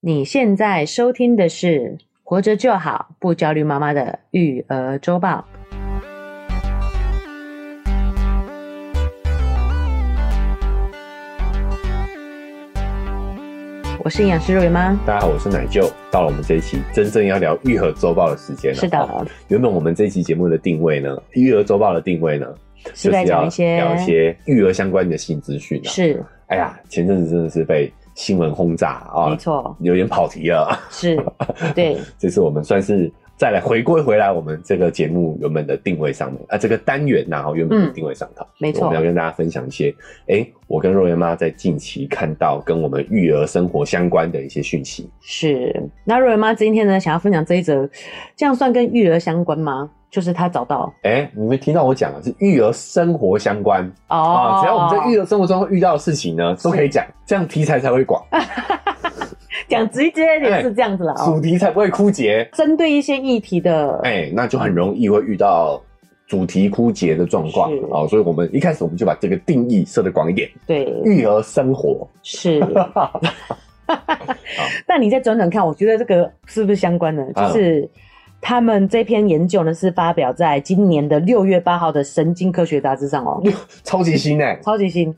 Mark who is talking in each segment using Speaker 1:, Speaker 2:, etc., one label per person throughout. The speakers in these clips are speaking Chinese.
Speaker 1: 你现在收听的是《活着就好，不焦虑妈妈的育儿周报》。我是营养师瑞妈，
Speaker 2: 大家好，我是奶舅。到了我们这一期真正要聊育儿周报的时间了。
Speaker 1: 是的
Speaker 2: 哦原本我们这一期节目的定位呢，育儿周报的定位呢，
Speaker 1: 是在
Speaker 2: 就是要
Speaker 1: 讲一些
Speaker 2: 聊一些育儿相关的新资讯啊。
Speaker 1: 是
Speaker 2: 哎呀，前阵子真的是被新闻轰炸
Speaker 1: 没
Speaker 2: 啊，
Speaker 1: 错，
Speaker 2: 有点跑题了。
Speaker 1: 是对，
Speaker 2: 这次我们算是再来回归回来我们这个节目原本的定位上面啊，这个单元然后原本的定位上头，
Speaker 1: 嗯没错
Speaker 2: 我们要跟大家分享一些，哎、我跟若元妈在近期看到跟我们育儿生活相关的一些讯息。
Speaker 1: 是。那瑞文妈今天呢，想要分享这一则，这样算跟育儿相关吗？就是她找到
Speaker 2: 哎、你们听到我讲的是育儿生活相关、
Speaker 1: 哦
Speaker 2: 啊，只要我们在育儿生活中会遇到的事情呢，都可以讲，这样题材才会广，
Speaker 1: 讲直接一
Speaker 2: 哎
Speaker 1: 点是这样子了 哦，
Speaker 2: 主题才不会枯竭。
Speaker 1: 针对一些议题的，
Speaker 2: 哎、那就很容易会遇到主题枯竭的状况
Speaker 1: 是
Speaker 2: 哦，所以我们一开始我们就把这个定义设得广一点，
Speaker 1: 对，
Speaker 2: 育儿生活。
Speaker 1: 是。但你再转转看，我觉得这个是不是相关呢？
Speaker 2: 啊
Speaker 1: 就是他们这篇研究呢是发表在今年的六月八号的《神经科学》杂志上
Speaker 2: 嗯
Speaker 1: 哦，
Speaker 2: 超级新哎、
Speaker 1: 超级新，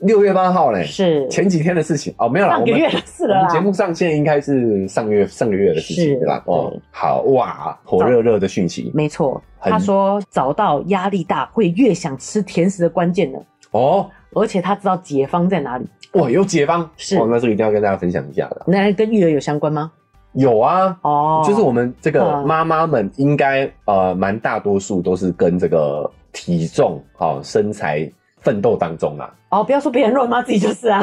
Speaker 2: 六月八号嘞、
Speaker 1: 是
Speaker 2: 哎前几天的事情哦，没有啦，
Speaker 1: 上
Speaker 2: 我
Speaker 1: 个
Speaker 2: 们
Speaker 1: 月的事
Speaker 2: 我
Speaker 1: 了
Speaker 2: 们
Speaker 1: 啦
Speaker 2: 节。目上线应该是上个月上个月的事情
Speaker 1: 是
Speaker 2: 对吧？哦
Speaker 1: 对，
Speaker 2: 好哇，火热热的讯息
Speaker 1: 没错，
Speaker 2: 很
Speaker 1: 他说找到压力大会越想吃甜食的关键了，
Speaker 2: 哦，
Speaker 1: 而且他知道解方在哪里。
Speaker 2: 哇，有解放
Speaker 1: 是
Speaker 2: 哦，那这个一定要跟大家分享一下的。
Speaker 1: 那跟育儿有相关吗？
Speaker 2: 有啊，
Speaker 1: 哦，
Speaker 2: 就是我们这个
Speaker 1: 嗯
Speaker 2: 妈妈们应该呃，蛮大多数都是跟这个体重哦、身材奋斗当中啦。
Speaker 1: 哦，不要说别人肉妈自己就是 啊，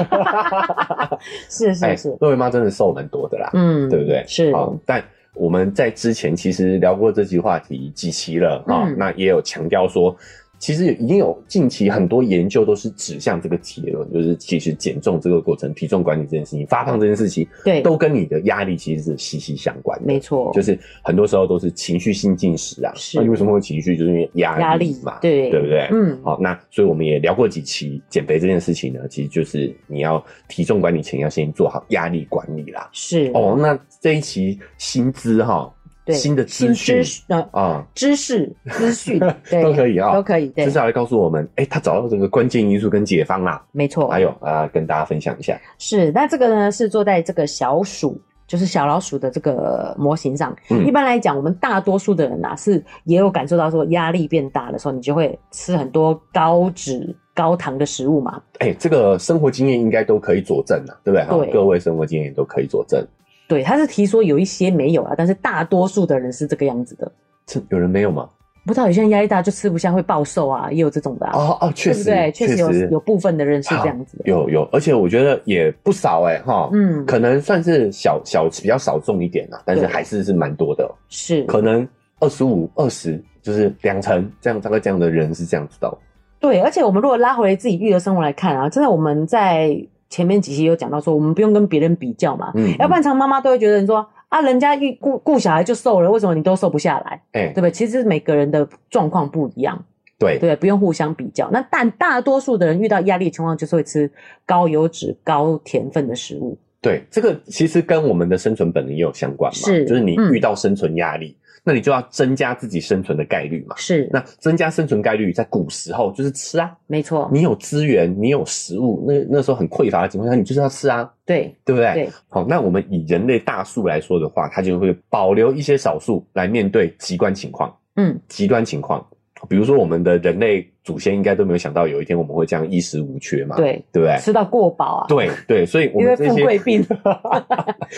Speaker 1: 是是是，
Speaker 2: 哎各位妈真的瘦蛮多的啦。
Speaker 1: 嗯，
Speaker 2: 对不对？
Speaker 1: 是
Speaker 2: 好、但我们在之前其实聊过这期话题几期了啊、
Speaker 1: 嗯
Speaker 2: 那也有强调说，其实已经有近期很多研究都是指向这个结论，就是其实减重这个过程、体重管理这件事情、发胖这件事情，
Speaker 1: 对，
Speaker 2: 都跟你的压力其实是息息相关的。
Speaker 1: 没错，
Speaker 2: 就是很多时候都是情绪性进食啊，
Speaker 1: 是
Speaker 2: 那你为什么会情绪？就是因为压
Speaker 1: 压
Speaker 2: 力
Speaker 1: 力
Speaker 2: 嘛，
Speaker 1: 对
Speaker 2: 对不对？
Speaker 1: 嗯，
Speaker 2: 好、那所以我们也聊过几期减肥这件事情呢，其实就是你要体重管理前要先做好压力管理啦。
Speaker 1: 是
Speaker 2: 哦，那这一期薪资哈，
Speaker 1: 对
Speaker 2: 新的资讯
Speaker 1: 知呃
Speaker 2: 啊、
Speaker 1: 知识资 讯对
Speaker 2: 都可以啊、
Speaker 1: 都可以，对
Speaker 2: 接，下来告诉我们，哎、他找到这个关键因素跟解方啦，
Speaker 1: 没错，
Speaker 2: 还有啊、跟大家分享一下，
Speaker 1: 是那这个呢是做在这个小鼠。就是小老鼠的这个模型上，
Speaker 2: 嗯
Speaker 1: 一般来讲，我们大多数的人啊是也有感受到说压力变大的时候，你就会吃很多高脂高糖的食物嘛。
Speaker 2: 哎、这个生活经验应该都可以佐证啦，对不对？哈
Speaker 1: 对
Speaker 2: 各位生活经验都可以佐证，
Speaker 1: 对，他是提说有一些没有啊，但是大多数的人是这个样子的。
Speaker 2: 这有人没有吗？
Speaker 1: 不知道有些人压力大就吃不下会暴瘦啊，也有这种的啊，
Speaker 2: 哦哦，确
Speaker 1: 对不
Speaker 2: 实，
Speaker 1: 对？确实有
Speaker 2: 实
Speaker 1: 有部分的人是这样子的。
Speaker 2: 有有，而且我觉得也不少哎、哈，
Speaker 1: 嗯，
Speaker 2: 可能算是小小比较少众一点啦，但是
Speaker 1: 对
Speaker 2: 还是是蛮多的哦。
Speaker 1: 是
Speaker 2: 可能二十五、二十，就是两成这样，大概这样的哦人是这样子到。
Speaker 1: 对，而且我们如果拉回自己育儿生活来看啊，真的我们在前面几期有讲到说，我们不用跟别人比较嘛，
Speaker 2: 嗯
Speaker 1: 要不然常妈妈都会觉得你说啊，人家育顾顾小孩就瘦了，为什么你都瘦不下来，
Speaker 2: 哎、
Speaker 1: 对不对？其实每个人的状况不一样，
Speaker 2: 对
Speaker 1: 对不，对，不用互相比较。那但大多数的人遇到压力的情况，就是会吃高油脂、高甜分的食物，
Speaker 2: 对，这个其实跟我们的生存本能也有相关嘛，
Speaker 1: 是
Speaker 2: 就是你
Speaker 1: 嗯
Speaker 2: 遇到生存压力，那你就要增加自己生存的概率嘛。
Speaker 1: 是
Speaker 2: 那增加生存概率，在古时候就是吃啊，
Speaker 1: 没错，
Speaker 2: 你有资源，你有食物，那那时候很匮乏的情况下，你就是要吃啊，
Speaker 1: 对
Speaker 2: 对不对？
Speaker 1: 对，
Speaker 2: 好，那我们以人类大数来说的话，它就会保留一些少数来面对极端情况。
Speaker 1: 嗯，
Speaker 2: 极端情况，比如说我们的人类祖先应该都没有想到有一天我们会这样衣食无缺嘛，
Speaker 1: 对，
Speaker 2: 对不对？
Speaker 1: 吃到过饱啊，
Speaker 2: 哎对对，所以我
Speaker 1: 因为
Speaker 2: 们这
Speaker 1: 富 贵
Speaker 2: 些，
Speaker 1: 病，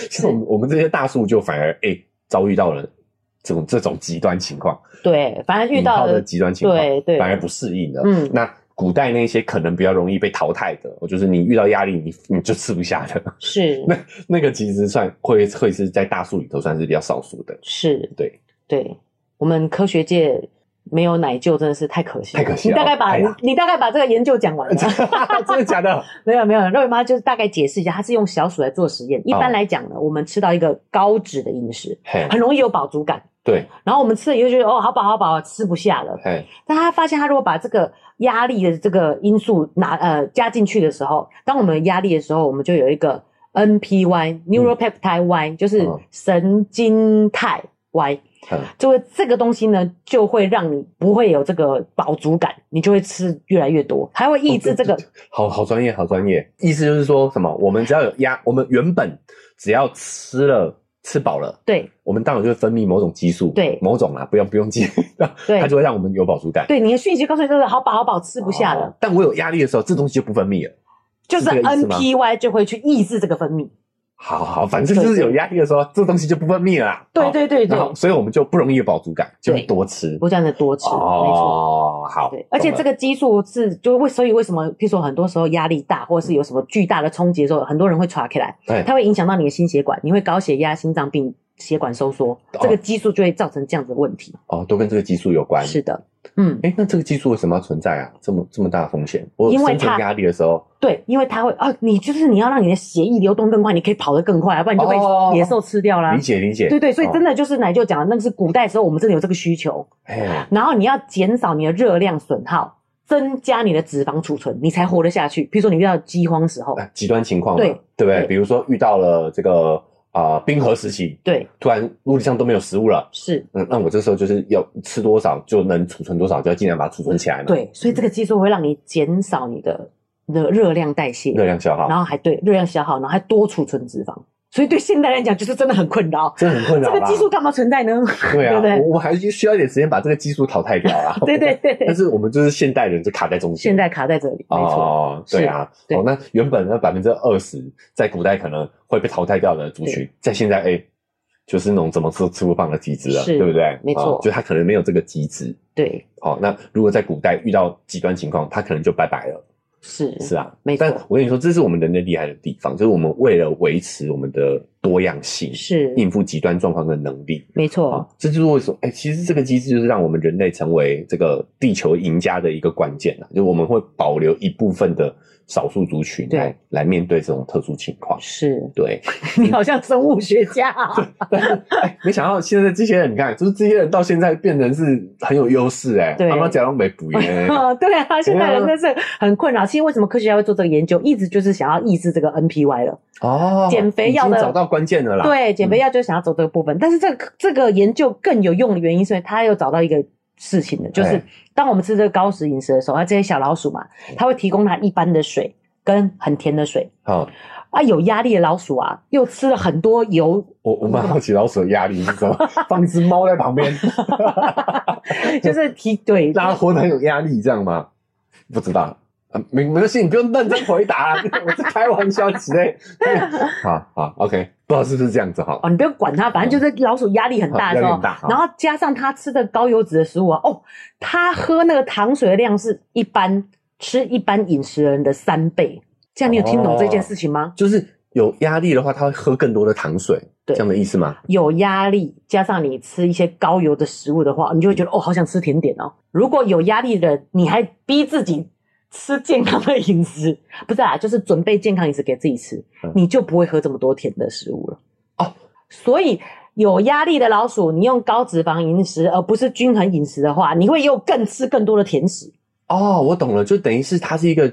Speaker 2: 像我们我们这些大树就反而哎、遭遇到了这种这种极端情况，
Speaker 1: 对，反正遇
Speaker 2: 引
Speaker 1: 到
Speaker 2: 号的
Speaker 1: 了，
Speaker 2: 极端情况，
Speaker 1: 对对
Speaker 2: 反而不适应了。
Speaker 1: 嗯
Speaker 2: 那古代那些可能比较容易被淘汰的，就是你遇到压力你你就吃不下的，
Speaker 1: 是
Speaker 2: 那个其实算会会是在大树里头算是比较少数的，
Speaker 1: 是，
Speaker 2: 对
Speaker 1: 对，我们科学界没有奶舅真的是太可惜了，
Speaker 2: 太可惜
Speaker 1: 你
Speaker 2: 了
Speaker 1: 大概把、
Speaker 2: 哎呀。
Speaker 1: 你你大概把这个研究讲完了
Speaker 2: 真的 假的？
Speaker 1: 没有没有，肉圆妈就是大概解释一下，她是用小鼠来做实
Speaker 2: 哦
Speaker 1: 验。一般来讲呢，我们吃到一个高脂的饮食，
Speaker 2: 嘿，
Speaker 1: 很容易有饱足感，
Speaker 2: 对，
Speaker 1: 然后我们吃了以后觉得哦好饱好饱，吃不下了。
Speaker 2: 嘿，
Speaker 1: 但她发现，她如果把这个压力的这个因素拿呃加进去的时候，当我们有压力的时候，我们就有一个。 NPY neuropeptide Y，、就是
Speaker 2: 嗯
Speaker 1: 神经肽 Y，
Speaker 2: 嗯
Speaker 1: 就会这个东西呢，就会让你不会有这个饱足感，你就会吃越来越多，还会
Speaker 2: 哦
Speaker 1: 抑制这个。
Speaker 2: 好好专业，好专业。意思就是说什么？我们只要有压，我们原本只要吃了吃饱了，
Speaker 1: 对
Speaker 2: 我们大脑就会分泌某种激素，
Speaker 1: 对
Speaker 2: 某种啊，不用不用记，
Speaker 1: 对
Speaker 2: 它就会让我们有饱足感，
Speaker 1: 对，你的讯息告诉你，真的好饱好饱，吃不下了，
Speaker 2: 哦但我有压力的时候，这东西就不分泌了。
Speaker 1: 就是
Speaker 2: 这个意思吗
Speaker 1: NPY 就会去抑制这个分泌。
Speaker 2: 好好，反正就是有压力的时候，这东西就不分泌了啦。
Speaker 1: 对
Speaker 2: 好
Speaker 1: 对对对
Speaker 2: 然，后所以我们就不容易有饱足感，就
Speaker 1: 对
Speaker 2: 会多吃。
Speaker 1: 不断的多吃，没错。
Speaker 2: 哦，好
Speaker 1: 对，，而且这
Speaker 2: 个
Speaker 1: 个激素是就为所以为什么，譬如说很多时候压力大，或者是有什么巨大的冲击的时候，很多人会垮起来，
Speaker 2: 对
Speaker 1: 它会影响到你的心血管，你会高血压、心脏病、血管收缩，这个激素就会造成这样子的问题。
Speaker 2: 哦，都跟这个激素有关。
Speaker 1: 是，的，嗯，
Speaker 2: 哎，那这个激素为什么要存在啊？这么这么大的风险，我
Speaker 1: 因
Speaker 2: 有
Speaker 1: 为
Speaker 2: 生存
Speaker 1: 它
Speaker 2: 压力的时候，
Speaker 1: 对，因为它会啊，你就是你要让你的血液流动更快，你可以跑得更快，要不然你就被
Speaker 2: 哦
Speaker 1: 野兽吃掉啦。
Speaker 2: 理解理解。
Speaker 1: 啊
Speaker 2: 哦
Speaker 1: 对对，所以真
Speaker 2: 的，
Speaker 1: 的就是奶就讲的，那个是古代时候我们真的有这个需求，
Speaker 2: 哎，
Speaker 1: 然后你要减少你的热量损耗，增加你的脂肪储存，你才活得下去。譬如说你遇到饥荒时候，
Speaker 2: 啊极端情况嘛，
Speaker 1: 对
Speaker 2: 对不对？
Speaker 1: 对
Speaker 2: 比如说遇到了这个啊冰河时期，
Speaker 1: 对，
Speaker 2: 突然陆地上都没有食物了，
Speaker 1: 是。
Speaker 2: 嗯，那我这时候就是要吃多少就能储存多少，就要尽量把它储存起来嘛。，
Speaker 1: 对，所以这个激素会让你减少你的热热量代谢，
Speaker 2: 热量消耗，
Speaker 1: 然后还对热量消耗，然后还多储存脂肪，所以对现代人讲就是真的很困扰。
Speaker 2: 这很困
Speaker 1: 这
Speaker 2: 扰
Speaker 1: 个
Speaker 2: 啦。
Speaker 1: 激素干嘛存在呢？
Speaker 2: 对
Speaker 1: 对
Speaker 2: 啊，
Speaker 1: 不对。
Speaker 2: 我我还需要一点时间把这个激素淘汰掉啦
Speaker 1: 对对对
Speaker 2: 但
Speaker 1: 对，
Speaker 2: 是我们就是现代人就卡在中间。
Speaker 1: 现在卡在这里，没错，
Speaker 2: 哦，对啊，
Speaker 1: 是对
Speaker 2: 哦，那原本那百分之二十在古代可能会被淘汰掉的族群，在现在哎，就是那种怎么吃都吃不胖的体质了，
Speaker 1: 是
Speaker 2: 对不对？
Speaker 1: 没错
Speaker 2: 哦就他可能没有这个机制。
Speaker 1: 对，
Speaker 2: 哦，那如果在古代遇到极端情况，他可能就拜拜了。
Speaker 1: 是
Speaker 2: 是啊，
Speaker 1: 嗯没错
Speaker 2: 但我跟你说，这是我们人类厉害的地方，就是我们为了维持我们的多样性，
Speaker 1: 是，
Speaker 2: 应付极端状况的能力。
Speaker 1: 没
Speaker 2: 啊、
Speaker 1: 错，
Speaker 2: 这就是为什么，哎、其实这个机制就是让我们人类成为这个地球赢家的一个关键啊，就是我们会保留一部分的少数族群
Speaker 1: 对
Speaker 2: 来来面对这种特殊情况。
Speaker 1: 是
Speaker 2: 对，
Speaker 1: 你好像生物学家啊，
Speaker 2: 但是哎、没想到现在这些人，你看，就是这些人到现在变成是很有优势哎、
Speaker 1: 对
Speaker 2: 他们假装没补耶。
Speaker 1: 对啊，现代人真是很困扰。其实为什么科学家会做这个研究，一直就是想要抑制这个 NPY 了。
Speaker 2: 哦，
Speaker 1: 减肥药
Speaker 2: 已
Speaker 1: 的
Speaker 2: 经找到关键了啦。，嗯
Speaker 1: 对，减肥药就想要走这个部分，但是这个这个研究更有用的原因，是因为他又找到一个事情了，就是
Speaker 2: 哎
Speaker 1: 当我们吃这个高食饮食的时候，啊它这些小老鼠嘛，
Speaker 2: 嗯
Speaker 1: 它会提供它一般的水跟很甜的水
Speaker 2: 好、
Speaker 1: 啊，有压力的老鼠啊，又吃了很多 油，
Speaker 2: 我我蛮好奇老鼠的压力是 什么，放一只猫在旁边，
Speaker 1: 就是提对，
Speaker 2: 让它活得很有压力，这样吗？不知道。啊，没没关系，你不用认真回答、啊 我是开玩笑之类。
Speaker 1: 啊
Speaker 2: 好好，OK，不知道是不是这样子哈
Speaker 1: 哦，？你不用管它，反正就是老鼠压力很大的时
Speaker 2: 嗯压力
Speaker 1: 候
Speaker 2: 很大好，
Speaker 1: 然后加上它吃的高油脂的食物啊，哦，它喝那个糖水的量是一般吃一般饮食人的三倍。这样你有听
Speaker 2: 哦
Speaker 1: 懂这件事情吗？
Speaker 2: 就是有压力的话，它会喝更多的糖水，
Speaker 1: 对
Speaker 2: 这样的意思吗？
Speaker 1: 有压力，加上你吃一些高油的食物的话，你就会觉得哦，好想吃甜点哦。如果有压力的，你还逼自己吃健康的饮食，不是啊，就是准备健康饮食给自己吃
Speaker 2: 嗯，
Speaker 1: 你就不会喝这么多甜的食物了。
Speaker 2: 哦，
Speaker 1: 所以有压力的老鼠，你用高脂肪饮食而不是均衡饮食的话，你会又更吃更多的甜食。
Speaker 2: 哦，我懂了，就等于是它是一个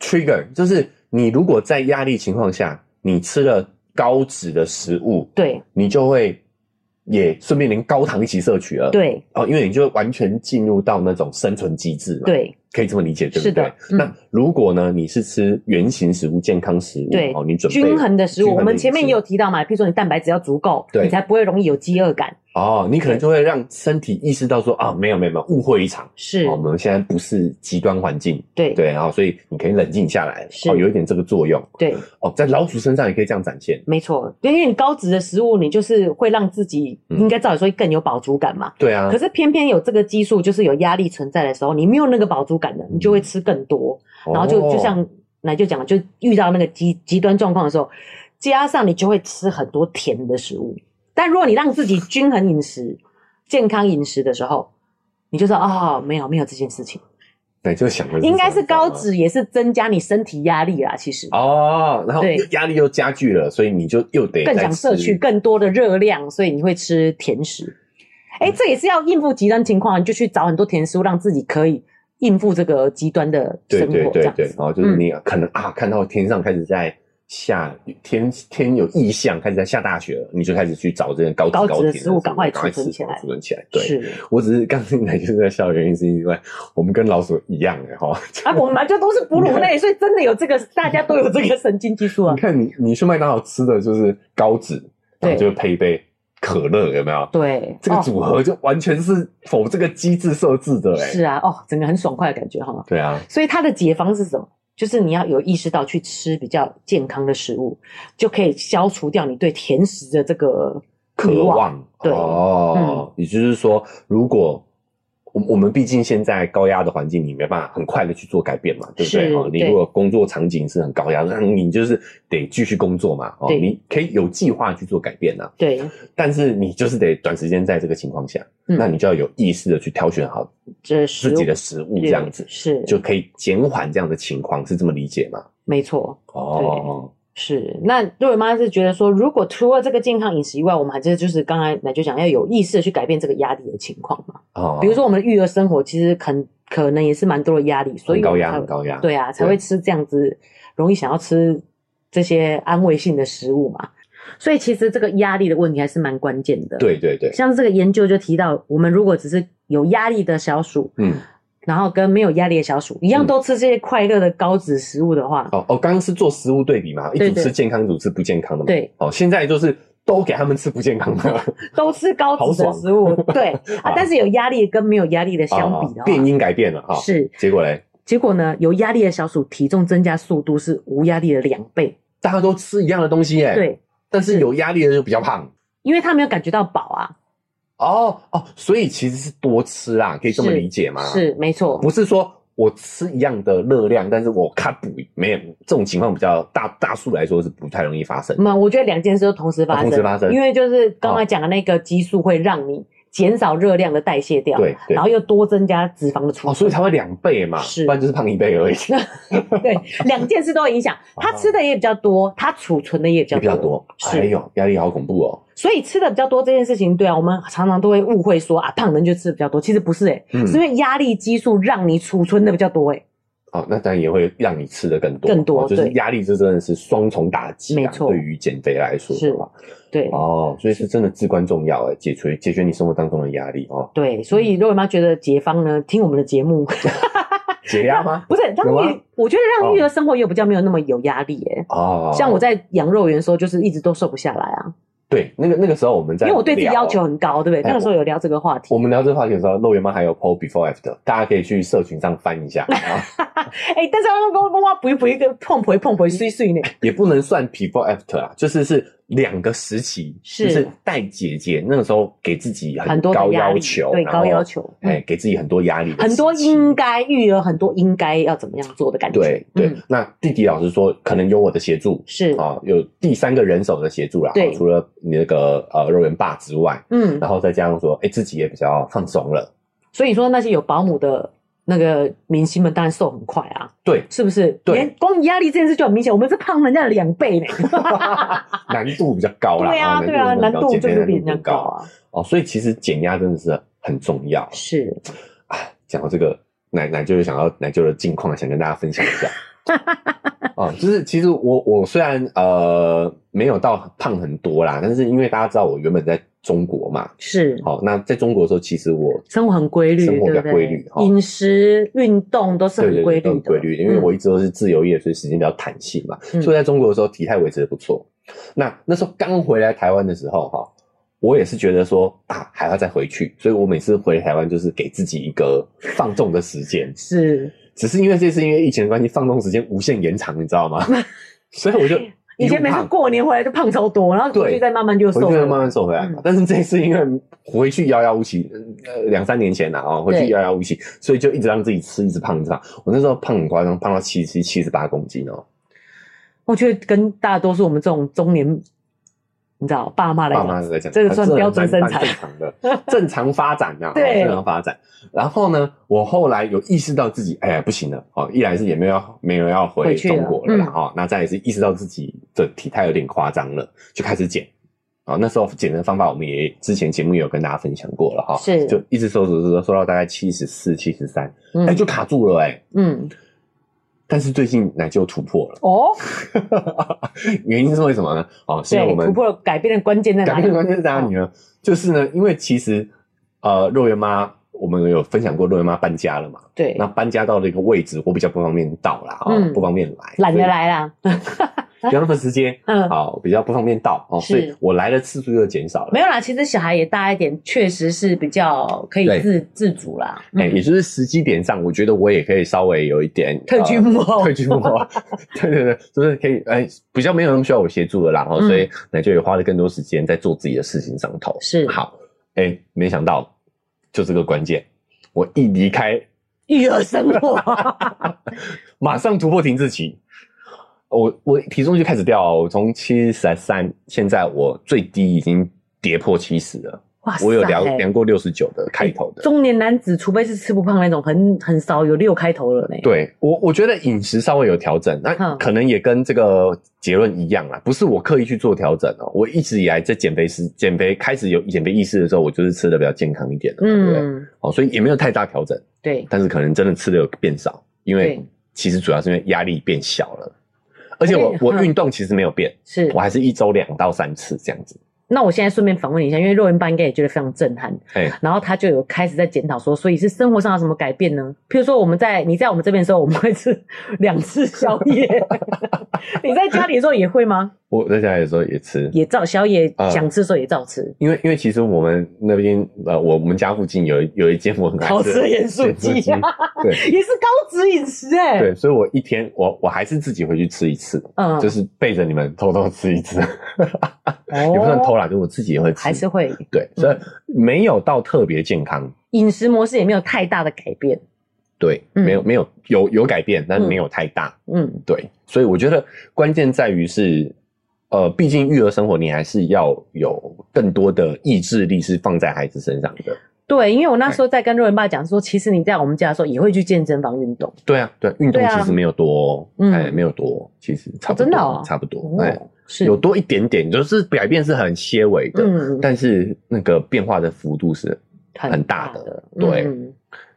Speaker 2: trigger，就是你如果在压力情况下，你吃了高脂的食物，
Speaker 1: 对
Speaker 2: 你就会也顺便连高糖一起摄取了。。
Speaker 1: 对
Speaker 2: 哦，因为你就完全进入到那种生存机制嘛，，
Speaker 1: 对
Speaker 2: 可以这么理解，对不
Speaker 1: 是
Speaker 2: 对？
Speaker 1: 的嗯
Speaker 2: 那如果呢，你是吃原型食物、健康食物，
Speaker 1: 对
Speaker 2: 哦，你，准备
Speaker 1: 均衡的食
Speaker 2: 均
Speaker 1: 物，
Speaker 2: 衡
Speaker 1: 我们前面也有
Speaker 2: 饮
Speaker 1: 提到嘛，譬如说你蛋白质要足够，
Speaker 2: 对
Speaker 1: 你才不会容易有饥饿感。
Speaker 2: 食哦，你可能就会让身体意识到说啊，没有没有没有，误会一场，
Speaker 1: 是
Speaker 2: 哦，我们现在不是极端环境，
Speaker 1: 对
Speaker 2: 对，然、后所以你可以冷静下来，
Speaker 1: 是
Speaker 2: 哦，有一点这个作用，
Speaker 1: 对。
Speaker 2: 哦，在老鼠身上也可以这样展现，
Speaker 1: 没错，因为你高脂的食物，你就是会让自己
Speaker 2: 嗯
Speaker 1: 应该照理说更有饱足感嘛。
Speaker 2: 对啊
Speaker 1: 可，是偏偏有这个激素，就是有压力存在的时候，你没有那个饱足感的，你就会吃更多，然后就
Speaker 2: 嗯哦
Speaker 1: 就像奶就讲，就遇到那个极极端状况的时候，加上你就会吃很多甜的食物。但如果你让自己均衡饮食、健康饮食的时候，你就说哦，没有没有这件事情，
Speaker 2: 对，就想的
Speaker 1: 应该是高
Speaker 2: 脂。
Speaker 1: 脂也是增加你身体压力啦，其实。
Speaker 2: 哦，然后
Speaker 1: 对
Speaker 2: 又压力又加剧了，所以你就又得
Speaker 1: 更
Speaker 2: 再
Speaker 1: 想摄
Speaker 2: 吃
Speaker 1: 取更多的热量，所以你会吃甜食。
Speaker 2: 嗯
Speaker 1: 哎，这也是要应付极端情况，你就去找很多甜食物，让自己可以应付这个极端的
Speaker 2: 对
Speaker 1: 生
Speaker 2: 对
Speaker 1: 活，这
Speaker 2: 对
Speaker 1: 样
Speaker 2: 对，哦
Speaker 1: 子嗯
Speaker 2: 然。后就是你可能、啊，看到天上开始在下天天有异象，开始在下大雪了，你就开始去找这些高
Speaker 1: 高
Speaker 2: 高
Speaker 1: 脂的
Speaker 2: 甜
Speaker 1: 食物
Speaker 2: 物，
Speaker 1: 赶快储
Speaker 2: 吃
Speaker 1: 存起来
Speaker 2: 储存起来。对，
Speaker 1: 是
Speaker 2: 我只是刚进来就是在笑，原因是因为我们跟老鼠一样的哈。
Speaker 1: 啊，我们就都是哺乳类，所以真的有这个，大家都有这个神经激素啊
Speaker 2: 你。看你你去麦当劳吃的就是高脂，然
Speaker 1: 对
Speaker 2: 后就会配一杯可乐，有没有？
Speaker 1: 对，
Speaker 2: 这个
Speaker 1: 哦
Speaker 2: 组合就完全是否这个机制设置的哎、
Speaker 1: 是啊，哦，整个很爽快的感觉哈。
Speaker 2: 对啊，
Speaker 1: 所以它的解方是什么？就是你要有意识到去吃比较健康的食物，就可以消除掉你对甜食的这个
Speaker 2: 渴
Speaker 1: 欲
Speaker 2: 望
Speaker 1: 对嗯
Speaker 2: 哦，也就是说，如果我我们毕竟现在高压的环境，你没办法很快的去做改变嘛，对不对？
Speaker 1: 是
Speaker 2: 哦，你
Speaker 1: 对
Speaker 2: 如果工作场景是很高压的，那你就是得继续工作嘛，哦，
Speaker 1: 对
Speaker 2: 你可以有计划去做改变呐、
Speaker 1: 对，
Speaker 2: 但是你就是得短时间在这个情况下，
Speaker 1: 嗯
Speaker 2: 那你就要有意识的去挑选好
Speaker 1: 这
Speaker 2: 自
Speaker 1: 食
Speaker 2: 己
Speaker 1: 物
Speaker 2: 的食物，这样子
Speaker 1: 对是
Speaker 2: 就可以减缓这样的情况，是这么理解吗？
Speaker 1: 没错。
Speaker 2: 哦，
Speaker 1: 是，那瑞妈是觉得说，如果除了这个健康饮食以外，我们还是就是刚才奶就讲要有意识的去改变这个压力的情况嘛。
Speaker 2: 哦，
Speaker 1: 比如说我们的育儿生活，其实可可能也是蛮多的压力，所以
Speaker 2: 很高压
Speaker 1: 我们才
Speaker 2: 很高压
Speaker 1: 对啊，才
Speaker 2: 对
Speaker 1: 会吃这样子，容易想要吃这些安慰性的食物嘛。所以其实这个压力的问题还是蛮关键的。，
Speaker 2: 对对对，
Speaker 1: 像是这个研究就提到，我们如果只是有压力的小鼠，
Speaker 2: 嗯。
Speaker 1: 然后跟没有压力的小鼠一样都吃这些快乐的高脂食物的话，
Speaker 2: 哦哦，刚刚是做食物对比嘛，一
Speaker 1: 对
Speaker 2: 组吃
Speaker 1: 对
Speaker 2: 健康，一组吃不健康的嘛。
Speaker 1: 对，
Speaker 2: 哦，现在就是都给他们吃不健康的，
Speaker 1: 都吃高脂
Speaker 2: 好
Speaker 1: 的
Speaker 2: 爽
Speaker 1: 食物， 对
Speaker 2: 啊
Speaker 1: 啊，但是有压力跟没有压力的 相比的话，
Speaker 2: 哦变因改变了哈。哦，
Speaker 1: 是
Speaker 2: 结果嘞，
Speaker 1: 结果呢，有压力的小鼠体重增加速度是无压力的两倍，
Speaker 2: 大家都吃一样的东西耶，，
Speaker 1: 对，
Speaker 2: 但是有压力的就比较胖。
Speaker 1: 因为它没有感觉到饱啊，
Speaker 2: 哦哦，所以其实是多吃啦，可以这么
Speaker 1: 是
Speaker 2: 理解吗？，
Speaker 1: 是没错，
Speaker 2: 不是说我吃一样的热量，但是我卡补没有这种情况比较大，大数来说是不太容易发生。
Speaker 1: 那我觉得两件事都同时发
Speaker 2: 啊
Speaker 1: 生，
Speaker 2: 同时发生啊
Speaker 1: 因为就是刚才讲的那个激素会让你减少热量的代谢掉，
Speaker 2: 对对
Speaker 1: 然后又多增加脂肪的储
Speaker 2: 哦，
Speaker 1: 存，
Speaker 2: 所以才会两倍嘛，
Speaker 1: 是
Speaker 2: 不然就是胖一倍而已，
Speaker 1: 对，两件事都有影响。他吃的也比较多，他储存的也比较
Speaker 2: 啊比较多。
Speaker 1: 是
Speaker 2: 哎呦，压力好恐怖哦。
Speaker 1: 所以吃的比较多这件事情，对啊，我们常常都会误会说啊，胖人就吃的比较多，其实不是诶、
Speaker 2: 嗯
Speaker 1: 是因为压力激素让你储存的比较多欸诶、
Speaker 2: 哦，那当然也会让你吃的更多，
Speaker 1: 更多
Speaker 2: 哦就是
Speaker 1: 对
Speaker 2: 压力，这真的是双重打击、啊，
Speaker 1: 没错
Speaker 2: 对于减肥来说
Speaker 1: 是
Speaker 2: 的话，
Speaker 1: 对、
Speaker 2: 哦，所以是真的至关重要哎，解决解决你生活当中的压力哦，
Speaker 1: 对，所以肉圆妈觉得解方呢，听我们的节 目
Speaker 2: 解压吗？
Speaker 1: 不是让
Speaker 2: 有
Speaker 1: 育
Speaker 2: 吗，
Speaker 1: 我觉得让
Speaker 2: 哦
Speaker 1: 育儿生活也比较没有那么有压力诶、
Speaker 2: 哦，
Speaker 1: 像我在养肉圆的时候，就是一直都瘦不下来啊，
Speaker 2: 对那个那个时候我们在
Speaker 1: 因
Speaker 2: 聊，啊
Speaker 1: 为我对自己要求很高，对不对？
Speaker 2: 哎
Speaker 1: 那个时候有聊这个话题
Speaker 2: 我。们聊这个话题的时候，肉圆妈还有 PO before after，大家可以去社群上翻一下，啊，
Speaker 1: 哎、但是我我我不不一个碰回碰回碎 碎呢，
Speaker 2: 也不能算 before after 啊，就是是两个时期，
Speaker 1: 是
Speaker 2: 就是带姐姐那个时候给自己
Speaker 1: 很多的
Speaker 2: 高
Speaker 1: 压
Speaker 2: 要
Speaker 1: 力
Speaker 2: 求，
Speaker 1: 对
Speaker 2: 然后
Speaker 1: 高要求嗯
Speaker 2: 哎，给自己很多压力的时期，
Speaker 1: 很多应该育儿，很多应该要怎么样做的感觉。
Speaker 2: 对对，
Speaker 1: 嗯
Speaker 2: 那弟弟老师说，可能有我的协助
Speaker 1: 是，
Speaker 2: 啊、有第三个人手的协助啦。
Speaker 1: 对
Speaker 2: 啊除了你那个呃肉圆爸之外，
Speaker 1: 嗯，
Speaker 2: 然后再加上说，哎，自己也比较放松了。
Speaker 1: 所以说那些有保姆的那个明星们，当然瘦很快啊， ，
Speaker 2: 对
Speaker 1: 是不是？
Speaker 2: 对
Speaker 1: 连光压力这件事就很明显，我们是胖人家的两 倍呢。
Speaker 2: 难度比较高啦。
Speaker 1: 对啊，对啊，难
Speaker 2: 难
Speaker 1: 度就是比
Speaker 2: 比
Speaker 1: 人家
Speaker 2: 较
Speaker 1: 高啊。
Speaker 2: 哦，所以其实减压真的是很重要
Speaker 1: 是，
Speaker 2: 啊。讲到这个，奶奶就是想要奶舅的近况，想跟大家分享一 下。啊、就是其实我我虽然呃没有到胖很多啦，但是因为大家知道我原本在中国嘛，
Speaker 1: 是，
Speaker 2: 好、那在中国的时候，其实我
Speaker 1: 生活很规律，
Speaker 2: 生活比
Speaker 1: 对不
Speaker 2: 较
Speaker 1: 对？
Speaker 2: 规律哈
Speaker 1: 饮食、运动都是
Speaker 2: 对
Speaker 1: 很
Speaker 2: 对
Speaker 1: 规
Speaker 2: 对
Speaker 1: 律
Speaker 2: 都
Speaker 1: 的，
Speaker 2: 很规律，因为
Speaker 1: 嗯
Speaker 2: 我一直都是自由业，所以时间比较弹性嘛。
Speaker 1: 嗯。
Speaker 2: 所以在中国的时候，体态维持的不错。那那时候刚回来台湾的时候，哈，我也是觉得说啊，还要再回去，所以我每次回台湾就是给自己一个放纵的时间
Speaker 1: 是
Speaker 2: 只是因为这次因为疫情的关系，放纵时间无限延长，你知道吗？ 所以我就
Speaker 1: 以前每次过年回来就胖超多，然后回
Speaker 2: 对
Speaker 1: 去再慢慢就
Speaker 2: 回
Speaker 1: 瘦
Speaker 2: 去
Speaker 1: 了
Speaker 2: 会慢慢瘦回来嘛。
Speaker 1: 嗯
Speaker 2: 但是这一次因为回去遥遥无期，呃，两三年前了啊、哦，回去
Speaker 1: 对
Speaker 2: 遥遥无期，所以就一直让自己吃，一直胖，一直胖。我那时候胖很夸张，胖到七七七十八公斤哦，
Speaker 1: 我觉得跟大多数我们这种中年，你知道，爸妈来
Speaker 2: 爸
Speaker 1: 讲
Speaker 2: 妈在讲，
Speaker 1: 这个算
Speaker 2: 啊
Speaker 1: 标准身材
Speaker 2: 蛮正常的，正常发展 呐、啊，
Speaker 1: 对
Speaker 2: 正常发展。然后呢，我后来有意识到自己，哎呀，不行了哦，一来是也没有要没有要回
Speaker 1: 回去了
Speaker 2: 中国了啦，
Speaker 1: 嗯
Speaker 2: 哦，那再来是意识到自己的体态有点夸张了，就开始减。啊、那时候减的方法我们也之前节目也有跟大家分享过了哈、
Speaker 1: 是
Speaker 2: 就一直瘦瘦瘦瘦瘦到大概七十四、七十三，哎，
Speaker 1: 嗯
Speaker 2: 就卡住了哎、
Speaker 1: 嗯，
Speaker 2: 但是最近奶就突破了，
Speaker 1: 哦，
Speaker 2: 原因是为什么呢？哦，是因为我
Speaker 1: 对，
Speaker 2: 们
Speaker 1: 突破了改变的关 键在哪
Speaker 2: 改
Speaker 1: 里？
Speaker 2: 变的关键是在哪里呢？就是呢，因为其实呃，肉圆妈我们有分享过，肉圆妈搬家了嘛，
Speaker 1: 对，
Speaker 2: 那搬家到了一个位置，我比较不方便到啦，啊、
Speaker 1: 嗯
Speaker 2: 不方便来，
Speaker 1: 懒得来啦。
Speaker 2: 所以，比较那么直接，
Speaker 1: 嗯，
Speaker 2: 好、比较不方便到哦，
Speaker 1: 是
Speaker 2: 所以我来的次数就减少了。
Speaker 1: 没有啦，其实小孩也大一点，确实是比较可以
Speaker 2: 对
Speaker 1: 自自主啦。嗯
Speaker 2: 哎、也就是时机点上，我觉得我也可以稍微有一点
Speaker 1: 退居幕后
Speaker 2: 呃 退居幕后，对对对，就是可以哎、比较没有那么需要我协助的啦，然、后
Speaker 1: 嗯
Speaker 2: 所以奶就也花了更多时间在做自己的事情上头。
Speaker 1: 是
Speaker 2: 好，哎、没想到就这个关键，我一离开，
Speaker 1: 育儿生 活，
Speaker 2: 马上突破停滞期，我我体重就开始掉哦，我从七十三，现在我最低已经跌破七十了，
Speaker 1: 哇塞！
Speaker 2: 我有量量过六十九的开头的。
Speaker 1: 中年男子，除非是吃不胖那种，很很少有六开头了呢。
Speaker 2: 对我，我觉得饮食稍微有调整，那
Speaker 1: 嗯
Speaker 2: 可能也跟这个结论一样啦，不是我刻意去做调整哦。我一直以来在减肥时，减肥开始有减肥意识的时候，我就是吃的比较健康一点的嘛，对不对？
Speaker 1: 嗯，
Speaker 2: 哦，所以也没有太大调整，
Speaker 1: 对，
Speaker 2: 但是可能真的吃的有变少，因为
Speaker 1: 对
Speaker 2: 其实主要是因为压力变小了，而且我
Speaker 1: 而且
Speaker 2: 我
Speaker 1: 嗯
Speaker 2: 运动其实没有变，
Speaker 1: 是
Speaker 2: 我。还是一周两到三次这样子。
Speaker 1: 那我现在顺便访问一下，因为肉圆爸应该也觉得非常震撼，
Speaker 2: 哎，
Speaker 1: 然后他就有开始在检讨说，所以是生活上有什么改变呢？譬如说我们在你在我们这边的时候，我们会吃 两次宵夜，你在家里的时候也会吗？
Speaker 2: 我在家里的时候也吃，
Speaker 1: 也照宵夜
Speaker 2: 啊，
Speaker 1: 想吃的时候也照吃，
Speaker 2: 因为因为其实我们那边呃，我我们家附近有一有一间我很爱
Speaker 1: 好
Speaker 2: 吃
Speaker 1: 吃的盐酥鸡，啊
Speaker 2: 盐 对。
Speaker 1: 也是高脂饮食哎、
Speaker 2: 对，所以我一天我我还是自己回去吃一次，
Speaker 1: 嗯
Speaker 2: 就是背着你们偷偷吃一次，
Speaker 1: 也
Speaker 2: 也不算偷啦，就我自己也会吃。
Speaker 1: 哦还是会
Speaker 2: 对，所以没有到特别健康，
Speaker 1: 饮食模式也没有太大的改变，
Speaker 2: 对，
Speaker 1: 嗯
Speaker 2: 没有没有有有改变，但没有太大。
Speaker 1: 嗯，
Speaker 2: 对，所以我觉得关键在于是，呃，毕竟育儿生活你还是要有更多的意志力是放在孩子身上的。
Speaker 1: 对，因为我那时候在跟肉圆爸讲说，其实你在我们家的时候也会去健身房运动，
Speaker 2: 对啊，对，运动
Speaker 1: 对啊
Speaker 2: 其实没有多、哦，
Speaker 1: 嗯
Speaker 2: 哎，没有多哦，其实差不多，
Speaker 1: 真的哦
Speaker 2: 差不多，
Speaker 1: 哦
Speaker 2: 哎，
Speaker 1: 是
Speaker 2: 有多一点点，就是改变是很些微的。
Speaker 1: 嗯
Speaker 2: 但是那个变化的幅度是，很大的对
Speaker 1: 嗯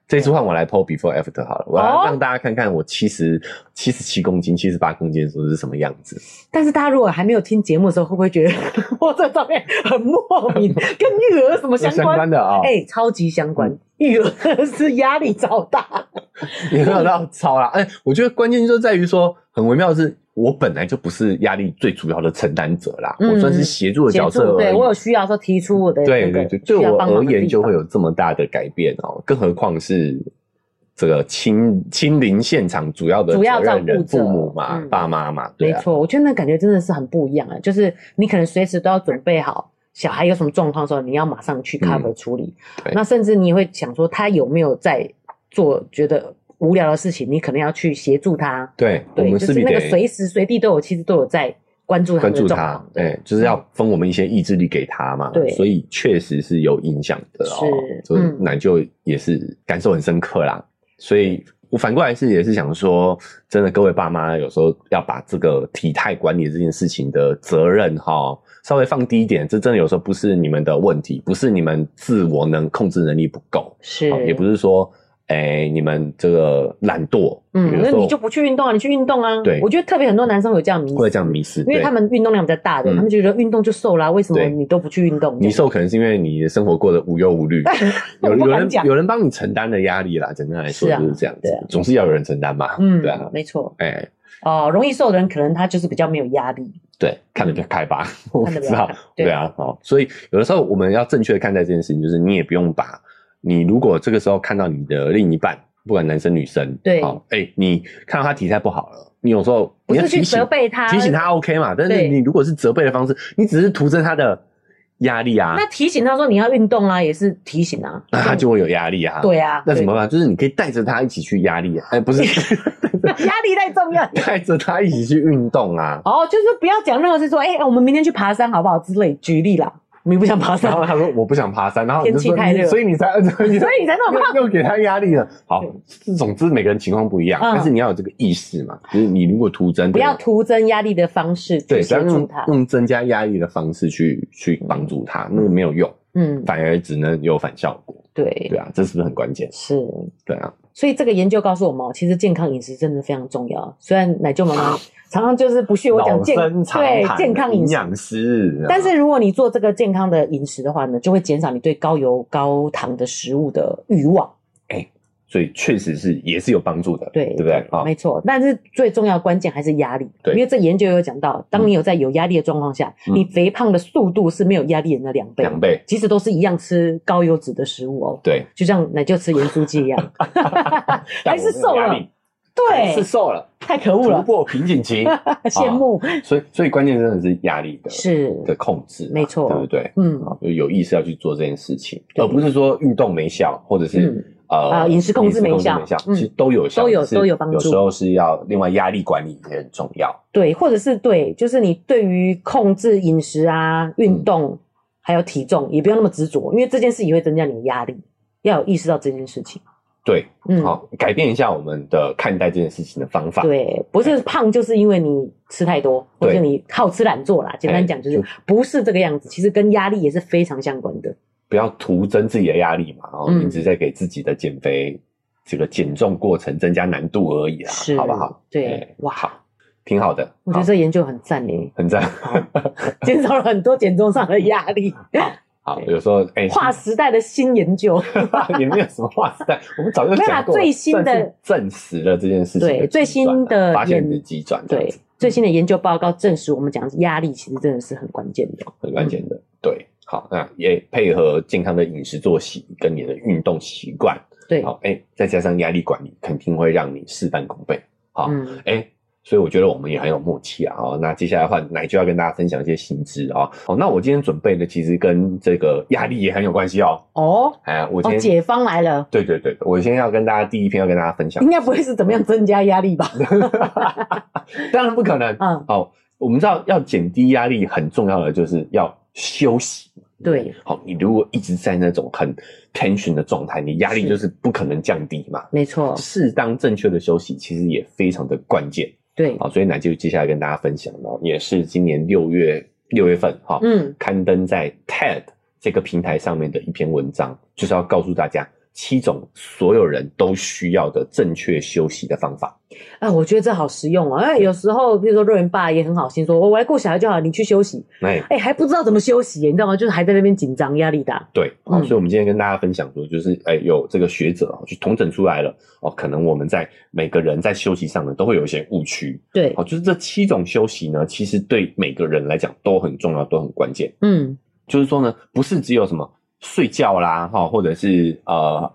Speaker 2: 这次换我来 PO before after 好了，我
Speaker 1: 哦
Speaker 2: 要让大家看看我七十七十七公斤、七十八公斤的时候是什么样子。
Speaker 1: 但是大家如果还没有听节目的时候，会不会觉得 我这照片很莫 名，跟育儿有什么
Speaker 2: 这
Speaker 1: 相关？
Speaker 2: 的嗯啊、
Speaker 1: 哎、超级相关，育儿是压力超大，
Speaker 2: 也没有到超啦。哎、我觉得关键就在于说，很微妙的是，我本来就不是压力最主要的承担者啦，
Speaker 1: 嗯
Speaker 2: 我算是协助的角
Speaker 1: 协
Speaker 2: 色
Speaker 1: 助
Speaker 2: 而
Speaker 1: 对
Speaker 2: 已。
Speaker 1: 我有需要的时候提出我的
Speaker 2: 对
Speaker 1: 那
Speaker 2: 对
Speaker 1: 个
Speaker 2: 对，对
Speaker 1: 需要
Speaker 2: 我
Speaker 1: 帮
Speaker 2: 而
Speaker 1: 忙的
Speaker 2: 言
Speaker 1: 地
Speaker 2: 就会
Speaker 1: 方
Speaker 2: 有这么大的改变哦，更何况是这个亲亲临现场主要的
Speaker 1: 主要
Speaker 2: 责任
Speaker 1: 照顾
Speaker 2: 人
Speaker 1: 者
Speaker 2: 父母嘛、
Speaker 1: 嗯
Speaker 2: 爸妈嘛，对
Speaker 1: 没
Speaker 2: 啊，
Speaker 1: 错，我觉得那感觉真的是很不一样啊！就是你可能随时都要准备好，小孩有什么状况的时候，你要马上去 cover 处理。
Speaker 2: 嗯对
Speaker 1: 那甚至你会想说，他有没有在做觉得无聊的事情，你可能要去协助他。
Speaker 2: 对，我
Speaker 1: 哦对，
Speaker 2: 们
Speaker 1: 就
Speaker 2: 势
Speaker 1: 是
Speaker 2: 必
Speaker 1: 那个
Speaker 2: 得
Speaker 1: 随时随地都有，其实都有在关注他
Speaker 2: 关
Speaker 1: 们
Speaker 2: 注
Speaker 1: 的状
Speaker 2: 他
Speaker 1: 况。，
Speaker 2: 哎，就是要分我们一些意志力给他嘛，
Speaker 1: 对
Speaker 2: 所以确实是有影响的哦
Speaker 1: 是，
Speaker 2: 所以
Speaker 1: 嗯
Speaker 2: 奶舅也是感受很深刻啦，所以。我反过来是也是想说，真的各位爸妈有时候要把这个体态管理这件事情的责任哈，稍微放低一点。这真的有时候不是你们的问题，不是你们自我能控制能力不够，
Speaker 1: 是
Speaker 2: 哦也不是说哎、你们这个懒惰，
Speaker 1: 嗯，
Speaker 2: 有
Speaker 1: 那
Speaker 2: 时候
Speaker 1: 你就不去运动啊？你去运动啊？
Speaker 2: 对
Speaker 1: 我觉得特别很多男生有这样迷
Speaker 2: 会
Speaker 1: 思，
Speaker 2: 这样迷失，
Speaker 1: 因为
Speaker 2: 对
Speaker 1: 他们运动量比较大的，
Speaker 2: 嗯
Speaker 1: 他们觉得运动就瘦啦，为什么
Speaker 2: 对
Speaker 1: 你都不去运动？
Speaker 2: 你瘦可能是因为你的生活过得无忧 无虑，有
Speaker 1: 我不
Speaker 2: 有
Speaker 1: 敢
Speaker 2: 人
Speaker 1: 讲
Speaker 2: 有人帮你承担的压力啦。简单来说
Speaker 1: 是啊
Speaker 2: 就是这样子，
Speaker 1: 对啊
Speaker 2: 总是要有人承担嘛。
Speaker 1: 嗯，
Speaker 2: 对啊，
Speaker 1: 没错。
Speaker 2: 哎、
Speaker 1: 哦，容易瘦的人可能他就是比较没有压力。
Speaker 2: 对，看得比较开吧，我不
Speaker 1: 看得比
Speaker 2: 知
Speaker 1: 较
Speaker 2: 道
Speaker 1: 开，对
Speaker 2: 对啊，哦，所以有的时候我们要正确的看待这件事情，就是你也不用把你如果这个时候看到你的另一半，不管男生女生，
Speaker 1: 对
Speaker 2: 哦，哎、你看到他体态不好了，你有时候
Speaker 1: 不
Speaker 2: 你要
Speaker 1: 是
Speaker 2: 提
Speaker 1: 去
Speaker 2: 醒
Speaker 1: 责备他，
Speaker 2: 提醒他 OK 嘛，但是
Speaker 1: 对
Speaker 2: 你如果是责备的方式，你只是徒增他的压力啊，
Speaker 1: 那提醒他说你要运动啊，也是提醒啊。
Speaker 2: 那他就会有压力啊，
Speaker 1: 对啊，
Speaker 2: 那怎么办？就是你可以带着他一起去压力啊，哎、不是
Speaker 1: 对压力太重要？
Speaker 2: 带着他一起去运动啊。
Speaker 1: 哦，就是不要讲任何事，说哎、我们明天去爬山好不好之类。举例啦，你不想爬山
Speaker 2: 然，后他说我不想爬山，然后你
Speaker 1: 天
Speaker 2: 就
Speaker 1: 气
Speaker 2: 说
Speaker 1: 太
Speaker 2: 你
Speaker 1: 热
Speaker 2: 所以你才 你才
Speaker 1: 所以你才那么胖。
Speaker 2: 又又给他压力了。好
Speaker 1: 对，
Speaker 2: 总之每个人情况不一样，
Speaker 1: 嗯
Speaker 2: 但是你要有这个意识嘛，就是你如果徒增
Speaker 1: 不要
Speaker 2: 这个
Speaker 1: 徒增压力的方式去
Speaker 2: 对，不
Speaker 1: 协
Speaker 2: 要
Speaker 1: 助
Speaker 2: 用
Speaker 1: 他。
Speaker 2: 用增加压力的方式去去帮助他，那个没有用，
Speaker 1: 嗯，
Speaker 2: 反而只能有反效果。
Speaker 1: 对，
Speaker 2: 啊对啊，这是不是很关键？
Speaker 1: 是
Speaker 2: 对啊，
Speaker 1: 所以这个研究告诉我们哦，其实健康饮食真的非常重要。虽然奶舅妈 妈常常就是不屑我讲
Speaker 2: 老
Speaker 1: 健
Speaker 2: 生常
Speaker 1: 对
Speaker 2: 谈
Speaker 1: 健康
Speaker 2: 营
Speaker 1: 饮食，
Speaker 2: 养师，啊
Speaker 1: 但是如果你做这个健康的饮食的话呢，就会减少你对高油高糖的食物的欲望。
Speaker 2: 所以确实是也是有帮助的，
Speaker 1: 对
Speaker 2: 对不对啊？
Speaker 1: 没错，但是最重要的关键还是压力，
Speaker 2: 对
Speaker 1: 因为这研究有讲到，当你有在有压力的状况下，
Speaker 2: 嗯
Speaker 1: 你肥胖的速度是没有压力人的两倍，
Speaker 2: 两倍，
Speaker 1: 即使都是一样吃高油脂的食物哦，
Speaker 2: 对，
Speaker 1: 就像奶就吃盐酥鸡一 样，还是瘦了
Speaker 2: 但我没有压力，还是
Speaker 1: 对，
Speaker 2: 瘦了，
Speaker 1: 太可恶
Speaker 2: 突
Speaker 1: 了，
Speaker 2: 破瓶 颈期，
Speaker 1: 羡慕
Speaker 2: 所以所以关键真的是压力的
Speaker 1: 是，
Speaker 2: 的控制啊，
Speaker 1: 没错
Speaker 2: 对不对？
Speaker 1: 嗯
Speaker 2: 啊，就有意识要去做这件事情，
Speaker 1: 对
Speaker 2: 而不是说运动没效，或者
Speaker 1: 嗯
Speaker 2: 是呃
Speaker 1: 啊饮食控制没效
Speaker 2: 饮食
Speaker 1: 嗯
Speaker 2: 其实都有效，
Speaker 1: 都有
Speaker 2: 只是
Speaker 1: 都有帮助
Speaker 2: 有时候是要另外压力管理也很重要，
Speaker 1: 对，或者是对，就是你对于控制饮食啊、运
Speaker 2: 嗯
Speaker 1: 动、还有体重，也不要那么执着，因为这件事也会增加你的压力，要有意识到这件事情。
Speaker 2: 对，
Speaker 1: 嗯，
Speaker 2: 好，改变一下我们的看待这件事情的方法，
Speaker 1: 对，不是胖就是因为你吃太多，或
Speaker 2: 对
Speaker 1: 者你好吃懒做啦。简单讲哎就是
Speaker 2: 就
Speaker 1: 不是这个样子，其实跟压力也是非常相关的。
Speaker 2: 不要徒增自己的压力嘛，哦，
Speaker 1: 嗯
Speaker 2: 你只是在给自己的减肥这个减重过程增加难度而已啦，
Speaker 1: 是，
Speaker 2: 好不好？
Speaker 1: 对啊
Speaker 2: 哎，
Speaker 1: 哇，
Speaker 2: 好，挺好的，
Speaker 1: 我觉得
Speaker 2: 好
Speaker 1: 这研究很赞诶，
Speaker 2: 很赞。
Speaker 1: 减少了很多减重上的压 力，
Speaker 2: 好，
Speaker 1: 对
Speaker 2: 有时候哎，
Speaker 1: 划时代的新研究。
Speaker 2: 也没有什么划时代，我们早就
Speaker 1: 没有啦
Speaker 2: 讲过了，
Speaker 1: 最新的
Speaker 2: 算是证实了这件事情的急转啊，
Speaker 1: 对最新的
Speaker 2: 发现
Speaker 1: 研
Speaker 2: 是急转，
Speaker 1: 对，，最新的研究报告证实，我们讲压力其实真的是很关键的。
Speaker 2: 很关键的，
Speaker 1: 嗯
Speaker 2: 对。好，那也配合健康的饮食作息跟你的运动习惯，
Speaker 1: 对，
Speaker 2: 好，哎，再加上压力管理，肯定会让你事半功倍。好，
Speaker 1: 嗯，
Speaker 2: 哎、所以我觉得我们也很有默契啊。哦，那接下来的话，奶就要跟大家分享一些新知啊、哦。好，那我今天准备的其实跟这个压力也很有关系哦。
Speaker 1: 哦，
Speaker 2: 哎，我
Speaker 1: 哦，
Speaker 2: 今天、
Speaker 1: 解方来了，
Speaker 2: 对对对，我先要跟大家第一篇要跟大家分享
Speaker 1: 应，该不会是怎么样增加压力吧？
Speaker 2: 当然不可能。
Speaker 1: 嗯，
Speaker 2: 好、我们知道要减低压力很重要的就是要休息。
Speaker 1: 对，
Speaker 2: 好、你如果一直在那种很 tension 的状态，你压力
Speaker 1: 是
Speaker 2: 就是不可能降低嘛。
Speaker 1: 没错，
Speaker 2: 适当正确的休息其实也非常的关键。
Speaker 1: 对，
Speaker 2: 好，所以奶就接下来跟大家分享哦，也是今年六月六月份哈、
Speaker 1: 嗯，
Speaker 2: 刊登在 TED 这个平台上面的一篇文章，就是要告诉大家七种所有人都需要的正确休息的方法。
Speaker 1: 啊，我觉得这好实用哦。哎，有时候，比如说瑞文爸也很好心说，我我来顾小孩就好，你去休息。
Speaker 2: 哎、
Speaker 1: 哎，还不知道怎么休息耶，你知道吗？就是还在那边紧张，压力大。
Speaker 2: 对，好、
Speaker 1: 嗯
Speaker 2: 所以我们今天跟大家分享说，就是哎、有这个学者哦，就统整出来了哦，可能我们在每个人在休息上呢，都会有一些误区。
Speaker 1: 对
Speaker 2: 好、，就是这七种休息呢，其实对每个人来讲都很重要，都很关键。
Speaker 1: 嗯，
Speaker 2: 就是说呢，不是只有什么睡觉啦，哈，或者是呃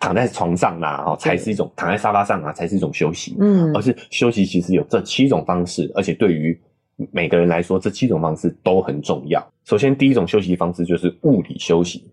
Speaker 2: 躺在床上啦，哈，才是一种躺在沙发上啊，才是一种休息，
Speaker 1: 嗯
Speaker 2: 而，是休息其实有这七种方式，而且对于每个人来说，这七种方式都很重要。首先，第一种休息方式就是物理休息，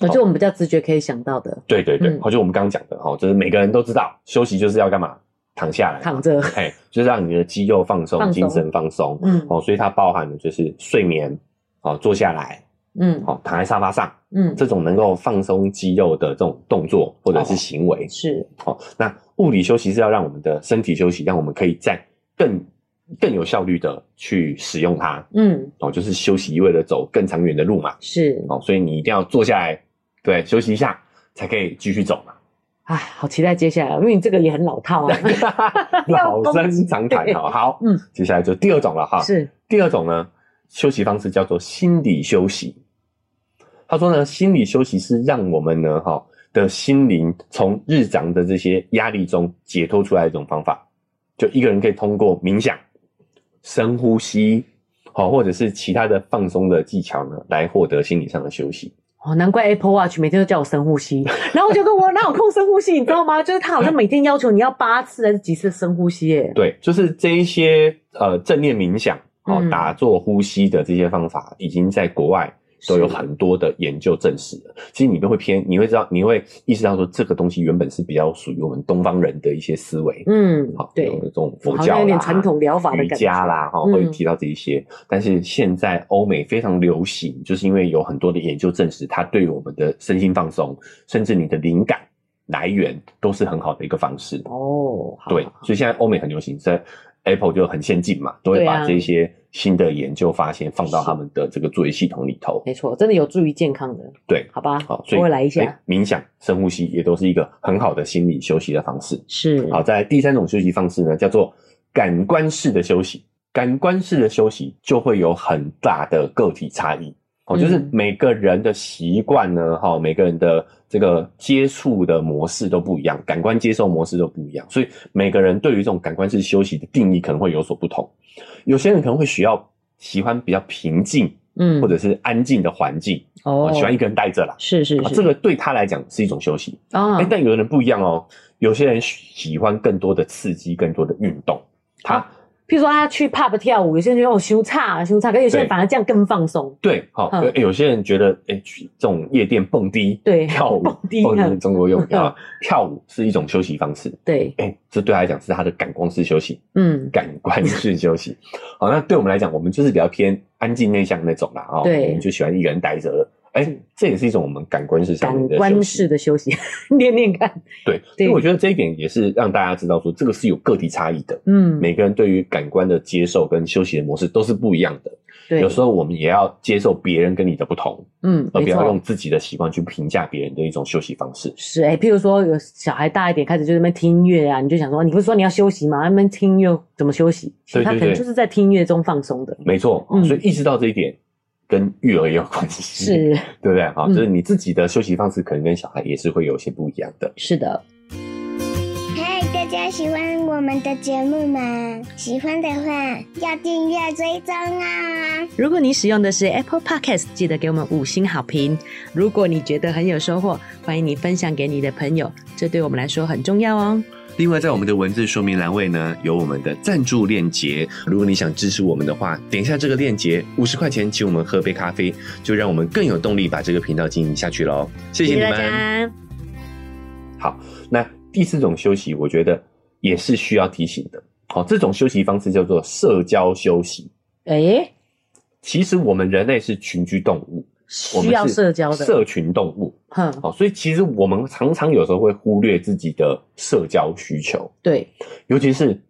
Speaker 1: 我觉得我们比较直觉可以想到的，
Speaker 2: 对对对，
Speaker 1: 嗯
Speaker 2: 好、就我们刚刚讲的，哈，就是每个人都知道休息就是要干嘛，躺下来，
Speaker 1: 躺着，
Speaker 2: 哎，就是让你的肌肉放松，
Speaker 1: 放松
Speaker 2: 精神放松，
Speaker 1: 嗯
Speaker 2: 哦，所以它包含的就是睡眠，哦，坐下来，
Speaker 1: 嗯
Speaker 2: 哦，躺在沙发上。
Speaker 1: 嗯，
Speaker 2: 这种能够放松肌肉的这种动作或
Speaker 1: 哦
Speaker 2: 者是行为。
Speaker 1: 是，
Speaker 2: 好、那物理休息是要让我们的身体休息，让我们可以在更更有效率的去使用它。
Speaker 1: 嗯
Speaker 2: 哦，就是休息为了走更长远的路嘛。
Speaker 1: 是，
Speaker 2: 哦，所以你一定要坐下来，对，休息一下才可以继续走嘛。
Speaker 1: 哎，好期待接下来，因为你这个也很老套啊。
Speaker 2: 老生常谈，
Speaker 1: 对
Speaker 2: 好好，
Speaker 1: 嗯，
Speaker 2: 接下来就第二种了哈。
Speaker 1: 是，
Speaker 2: 第二种呢，休息方式叫做心理休息。他说呢，心理休息是让我们呢，哈的心灵从日常的这些压力中解脱出来的一种方法。就一个人可以通过冥想、深呼吸，好，或者是其他的放松的技巧呢，来获得心理上的休息。
Speaker 1: 哦，难怪 Apple Watch 每天都叫我深呼 吸，然后我就跟我哪有空深呼吸，你知道吗？就是他好像每天要求你要八次还是几次深呼吸耶。
Speaker 2: 对，就是这一些呃正念冥想、哦
Speaker 1: 嗯
Speaker 2: 打坐、呼吸的这些方法，已经在国外都有
Speaker 1: 是
Speaker 2: 很多的研究证实了。其实你都会偏，你会知道，你会意识到说，这个东西原本是比较属于我们东方人的一些思维。
Speaker 1: 嗯
Speaker 2: 好，，
Speaker 1: 对
Speaker 2: 有，这种佛
Speaker 1: 好
Speaker 2: 教
Speaker 1: 像
Speaker 2: 啦、
Speaker 1: 有点传统疗法的
Speaker 2: 瑜
Speaker 1: 感觉。
Speaker 2: 伽啦，哈、
Speaker 1: 嗯
Speaker 2: 会提到这一些。但是现在欧美非常流行，就是因为有很多的研究证实，它对我们的身心放松，甚至你的灵感来源，都是很好的一个方式。
Speaker 1: 哦，好
Speaker 2: 对
Speaker 1: 好，好
Speaker 2: 所以现在欧美很流行，在 Apple 就很先进嘛，都会
Speaker 1: 对啊
Speaker 2: 把这些新的研究发现放到他们的这个作业系统里头。
Speaker 1: 没错，真的有助于健康的，
Speaker 2: 对，
Speaker 1: 好吧？
Speaker 2: 好，所以
Speaker 1: 我会来一下
Speaker 2: 哎，冥想、深呼吸也都是一个很好的心理休息的方式。
Speaker 1: 是
Speaker 2: 好，在第三种休息方式呢，叫做感官式的休息。感官式的休息就会有很大的个体差异哦，
Speaker 1: 嗯
Speaker 2: 就是每个人的习惯呢，哈、每个人的这个接触的模式都不一样，感官接受模式都不一样，所以每个人对于这种感官式休息的定义可能会有所不同。有些人可能会需要喜欢比较平静
Speaker 1: 嗯
Speaker 2: 或者是安静的环境，
Speaker 1: 哦
Speaker 2: 哦，喜欢一个人待着啦。
Speaker 1: 是是
Speaker 2: 啊
Speaker 1: 是
Speaker 2: 这个对他来讲是一种休息，
Speaker 1: 啊
Speaker 2: 哎、，但有的人不一样哦，有些人喜欢更多的刺激，更多的运动。他、
Speaker 1: 譬如说他去 pub 跳舞，有些人觉得哦羞差羞差，可是有些人
Speaker 2: 对
Speaker 1: 反而这样更放松，
Speaker 2: 对，好、
Speaker 1: 嗯
Speaker 2: 有有些人觉得，哎、去这种夜店蹦迪、
Speaker 1: 对
Speaker 2: 跳 舞，
Speaker 1: 蹦迪
Speaker 2: 哦，这是
Speaker 1: 嗯
Speaker 2: 中国用语啊，跳舞是一种休息方式。
Speaker 1: 对，
Speaker 2: 哎、这对他来讲是他的感光式休息，
Speaker 1: 嗯，
Speaker 2: 感官式 休息。好，那对我们来讲，我们就是比较偏安静内向那种啦，哦，
Speaker 1: 对
Speaker 2: 我们就喜欢一个人待着了。哎、这也是一种我们感官式上
Speaker 1: 感
Speaker 2: 面的休
Speaker 1: 官
Speaker 2: 息。
Speaker 1: 式的休息， 练练看，
Speaker 2: 对，所
Speaker 1: 对
Speaker 2: 以我觉得这一点也是让大家知道说，这个是有个体差异的。
Speaker 1: 嗯，
Speaker 2: 每个人对于感官的接受跟休息的模式都是不一样的。
Speaker 1: 对，
Speaker 2: 有时候呃我们也要接受别人跟你的不同，
Speaker 1: 嗯，
Speaker 2: 而
Speaker 1: 没
Speaker 2: 不要
Speaker 1: 错
Speaker 2: 用自己的习惯去评价别人的一种休息方式。
Speaker 1: 是哎、譬如说有小孩大一点开始就在那边听音乐啊，你就想说，你不是说你要休息吗？他们听音乐怎么休息？其实
Speaker 2: 对对
Speaker 1: 他可能
Speaker 2: 对
Speaker 1: 就是在听音乐中放松的，
Speaker 2: 没错，
Speaker 1: 嗯
Speaker 2: 所以意识到这一点跟育儿也有关系，
Speaker 1: 是
Speaker 2: 对不对？好，
Speaker 1: 嗯
Speaker 2: 就是你自己的休息方式可能跟小孩也是会有些不一样的。
Speaker 1: 是的，
Speaker 3: 嗨，大家喜欢我们的节目吗？喜欢的话要订阅追踪啊！
Speaker 1: 如果你使用的是 Apple Podcast，记得给我们五星好评。如果你觉得很有收获，欢迎你分享给你的朋友，这对我们来说很重要哦。
Speaker 2: 另外，在我们的文字说明栏位呢，有我们的赞助链接。如果你想支持我们的话，点一下这个链接，五十块钱请我们喝杯咖啡，就让我们更有动力把这个频道经营下去喽。谢谢你们。
Speaker 1: 大家。
Speaker 2: 那第四种休息，我觉得也是需要提醒的。好、这种休息方式叫做社交休息。
Speaker 1: 哎、
Speaker 2: 其实我们人类是群居动物，我
Speaker 1: 需
Speaker 2: 们
Speaker 1: 要
Speaker 2: 是
Speaker 1: 社交的，
Speaker 2: 社群动物。
Speaker 1: 哼，
Speaker 2: 好、所以其实我们常常有时候会忽略自己的社交需求，
Speaker 1: 对，
Speaker 2: 尤其是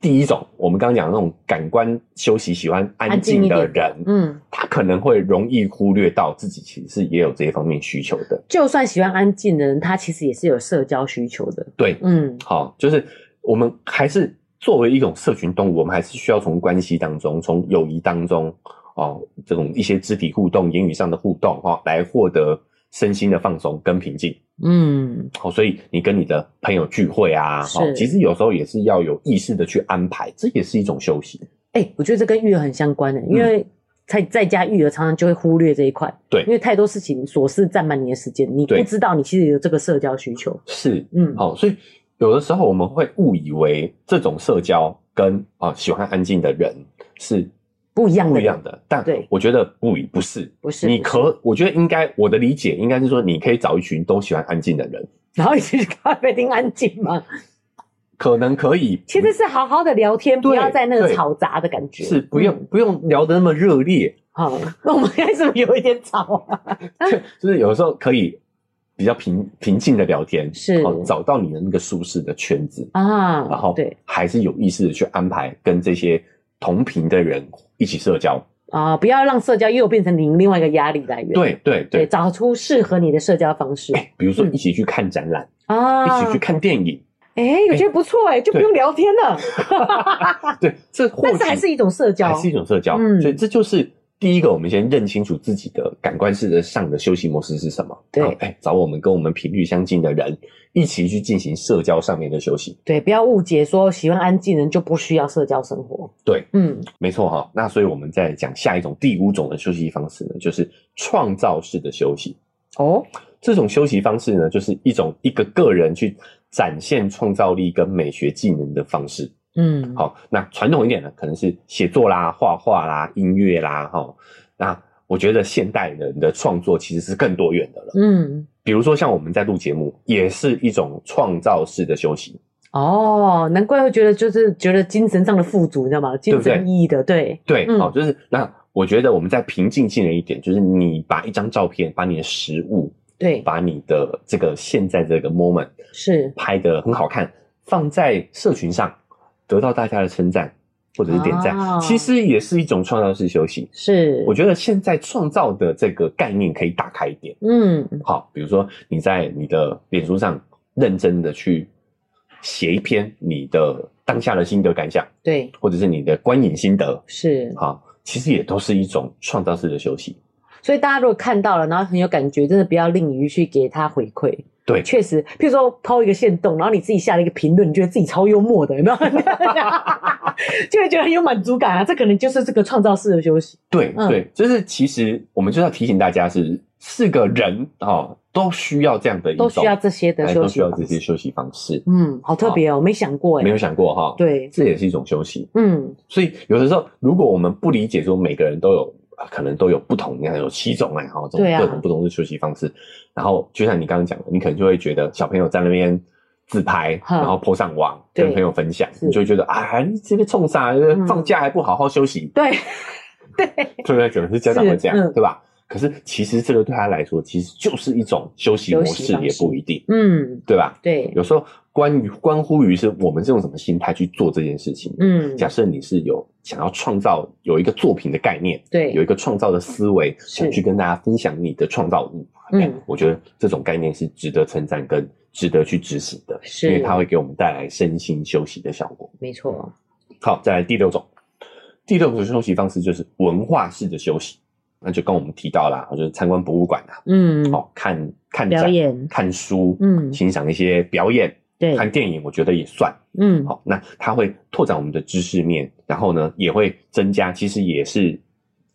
Speaker 2: 第一种，我们刚刚讲的那种感官休息、喜欢安静的
Speaker 1: 安静一
Speaker 2: 人，
Speaker 1: 嗯，
Speaker 2: 他可能会容易忽略到自己其实是也有这一方面需求的。
Speaker 1: 就算喜欢安静的人，他其实也是有社交需求的，
Speaker 2: 对，
Speaker 1: 嗯，
Speaker 2: 好，就是我们还是作为一种社群动物，我们还是需要从关系当中、从友谊当中，哦，这种一些肢体互动、言语上的互动，哈、哦，来获得身心的放松跟平静。
Speaker 1: 嗯，
Speaker 2: 哦，所以你跟你的朋友聚会啊，哦
Speaker 1: 是，
Speaker 2: 其实有时候也是要有意识的去安排，这也是一种休息。
Speaker 1: 哎、我觉得这跟育儿很相关的、因为在在家育儿常常就会忽略这一块，
Speaker 2: 嗯对
Speaker 1: 因为太多事情琐事占满你的时间，你不
Speaker 2: 对
Speaker 1: 知道你其实有这个社交需求，
Speaker 2: 是，
Speaker 1: 嗯，
Speaker 2: 好、哦所以有的时候我们会误以为这种社交跟啊、喜欢安静的人是
Speaker 1: 不一样的
Speaker 2: 不
Speaker 1: 人
Speaker 2: 一样的，但
Speaker 1: 对
Speaker 2: 我觉得不一不是，
Speaker 1: 不是
Speaker 2: 你
Speaker 1: 不是
Speaker 2: 可，我觉得应该，我的理解应该是说，你可以找一群都喜欢安静的人，
Speaker 1: 然后一起去咖啡厅安静 嘛，
Speaker 2: 可能可以，
Speaker 1: 其实是好好的聊天，
Speaker 2: 对
Speaker 1: 不要在那个
Speaker 2: 对
Speaker 1: 吵杂的感觉，
Speaker 2: 是不用、
Speaker 1: 嗯
Speaker 2: 不用聊得那么热烈，
Speaker 1: 好， 那我们开始有一点吵啊，
Speaker 2: 就是有时候可以比较平平静的聊天，
Speaker 1: 是
Speaker 2: 好找到你的那个舒适的圈子，
Speaker 1: 啊，
Speaker 2: 然后
Speaker 1: 对
Speaker 2: 还是有意识的去安排跟这些同频的人一起社交，
Speaker 1: 啊，不要让社交又变成你另外一个压力来源，
Speaker 2: 对对
Speaker 1: 对，
Speaker 2: 对，
Speaker 1: 找出适合你的社交方式
Speaker 2: 比如说
Speaker 1: 嗯
Speaker 2: 一起去看展览，
Speaker 1: 啊，
Speaker 2: 一起去看电影，
Speaker 1: 哎，我觉得不错哎，就不用聊天了，
Speaker 2: 对，这或
Speaker 1: 但是
Speaker 2: 许
Speaker 1: 还是一种社交
Speaker 2: 还，是一种社交。
Speaker 1: 嗯
Speaker 2: 所以这就是第一个，我们先认清楚自己的感官式的上的休息模式是什么。
Speaker 1: 对
Speaker 2: 然后哎、找我们跟我们频率相近的人一起去进行社交上面的休息。
Speaker 1: 对，不要误解说喜欢安静的人就不需要社交生活，
Speaker 2: 对，
Speaker 1: 嗯，
Speaker 2: 没错哈、那所以我们再讲下一种第五种的休息方式呢，就是创造式的休息。
Speaker 1: 哦，
Speaker 2: 这种休息方式呢，就是一种一个个人去展现创造力跟美学技能的方式。
Speaker 1: 嗯，
Speaker 2: 好，那传统一点的可能是写作啦、画画啦、音乐啦，哈。那我觉得现代人的创作其实是更多元的了。
Speaker 1: 嗯，
Speaker 2: 比如说像我们在录节目，也是一种创造式的休息。
Speaker 1: 哦，难怪会觉得就是觉得精神上的富足，你知道吗？精
Speaker 2: 对不
Speaker 1: 神意义的，对，
Speaker 2: 对，
Speaker 1: 嗯
Speaker 2: 好、就是那我觉得我们在平静性的一点，就是你把一张照片、把你的食物、
Speaker 1: 对，
Speaker 2: 把你的这个现在这个 moment
Speaker 1: 是，
Speaker 2: 拍的很好看，放在社群上，得到大家的称赞，或者是点赞，
Speaker 1: 哦
Speaker 2: 其实也是一种创造式休息。
Speaker 1: 是，
Speaker 2: 我觉得现在创造的这个概念可以打开一点，
Speaker 1: 嗯，
Speaker 2: 好，比如说你在你的脸书上认真的去写一篇你的当下的心得感想，
Speaker 1: 对，
Speaker 2: 或者是你的观影心得，
Speaker 1: 是。
Speaker 2: 好，其实也都是一种创造式的休息。
Speaker 1: 所以大家如果看到了，然后很有感觉，真的不要吝于去给他回馈。
Speaker 2: 对，
Speaker 1: 确实，譬如说抛一个线动，然后你自己下了一个评论，你觉得自己超幽默的，然后 就会觉得很有满足感啊。这可能就是这个创造式的休息。
Speaker 2: 对
Speaker 1: 嗯
Speaker 2: 对，就是其实我们就是要提醒大家是，是个人哦，都需要这样的一种，
Speaker 1: 都需要这些的
Speaker 2: 嗯哎
Speaker 1: 休
Speaker 2: 都
Speaker 1: 息
Speaker 2: 需要
Speaker 1: 方
Speaker 2: 这些
Speaker 1: 式
Speaker 2: 休息方式。
Speaker 1: 嗯，好特别哦，没想过哎、
Speaker 2: 没有想过哈，，
Speaker 1: 对，
Speaker 2: 这也是一种休息。
Speaker 1: 嗯，
Speaker 2: 所以有的时候，如果我们不理解说每个人都有呃可能都有不同，你看有七种哎哈，这种
Speaker 1: 对啊
Speaker 2: 各种不同的休息方式，然后就像你刚刚讲的，你可能就会觉得小朋友在那边。自拍，
Speaker 1: 哼
Speaker 2: 然后 po 上网，
Speaker 1: 对
Speaker 2: 跟朋友分享，
Speaker 1: 是嗯
Speaker 2: 你就会觉得啊，你这个冲啥？放假还不好好休息，
Speaker 1: 对，
Speaker 2: 对不对？可能是家长会这样，
Speaker 1: 嗯是嗯
Speaker 2: 对吧？可是其实这个对他来说，其实就是一种休息模
Speaker 1: 休息
Speaker 2: 式，
Speaker 1: 方式
Speaker 2: 也不一定，
Speaker 1: 嗯，
Speaker 2: 对吧？
Speaker 1: 对，
Speaker 2: 有时候关于关乎于是我们是用什么心态去做这件事情。
Speaker 1: 嗯，
Speaker 2: 假设你是有想要创造有一个作品的概念，
Speaker 1: 对
Speaker 2: 有一个创造的思维，想去跟大家分享你的创造物。
Speaker 1: 嗯
Speaker 2: 哎我觉得这种概念是值得称赞跟值得去执行的，
Speaker 1: 是
Speaker 2: 因为它会给我们带来身心休息的效果。
Speaker 1: 没错，
Speaker 2: 好，再来第六种，第六种休息方式就是文化式的休息，那就跟我们提到啦，就是参观博物馆啊，
Speaker 1: 嗯，
Speaker 2: 哦，看看
Speaker 1: 表
Speaker 2: 展、
Speaker 1: 演，
Speaker 2: 看书，
Speaker 1: 嗯
Speaker 2: 欣赏一些表演、
Speaker 1: 对，
Speaker 2: 看电影，我觉得也算。
Speaker 1: 嗯，
Speaker 2: 好，那它会拓展我们的知识面，然后呢，也会增加，其实也是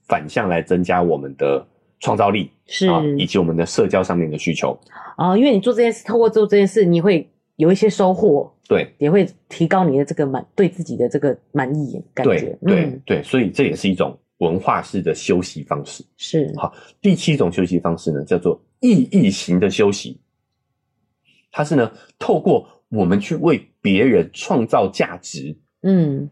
Speaker 2: 反向来增加我们的创造力
Speaker 1: 是
Speaker 2: 啊，以及我们的社交上面的需求。
Speaker 1: 哦，因为你做这件事，透过做这件事，你会有一些收获，
Speaker 2: 对，
Speaker 1: 也会提高你的这个满对自己的这个满意感
Speaker 2: 对
Speaker 1: 觉，，
Speaker 2: 对，
Speaker 1: 嗯，
Speaker 2: 对，所以这也是一种文化式的休息方式。
Speaker 1: 是，
Speaker 2: 好第七种休息方式呢，叫做意义型的休息。它是呢，透过我们去为别人创造价值，
Speaker 1: 嗯，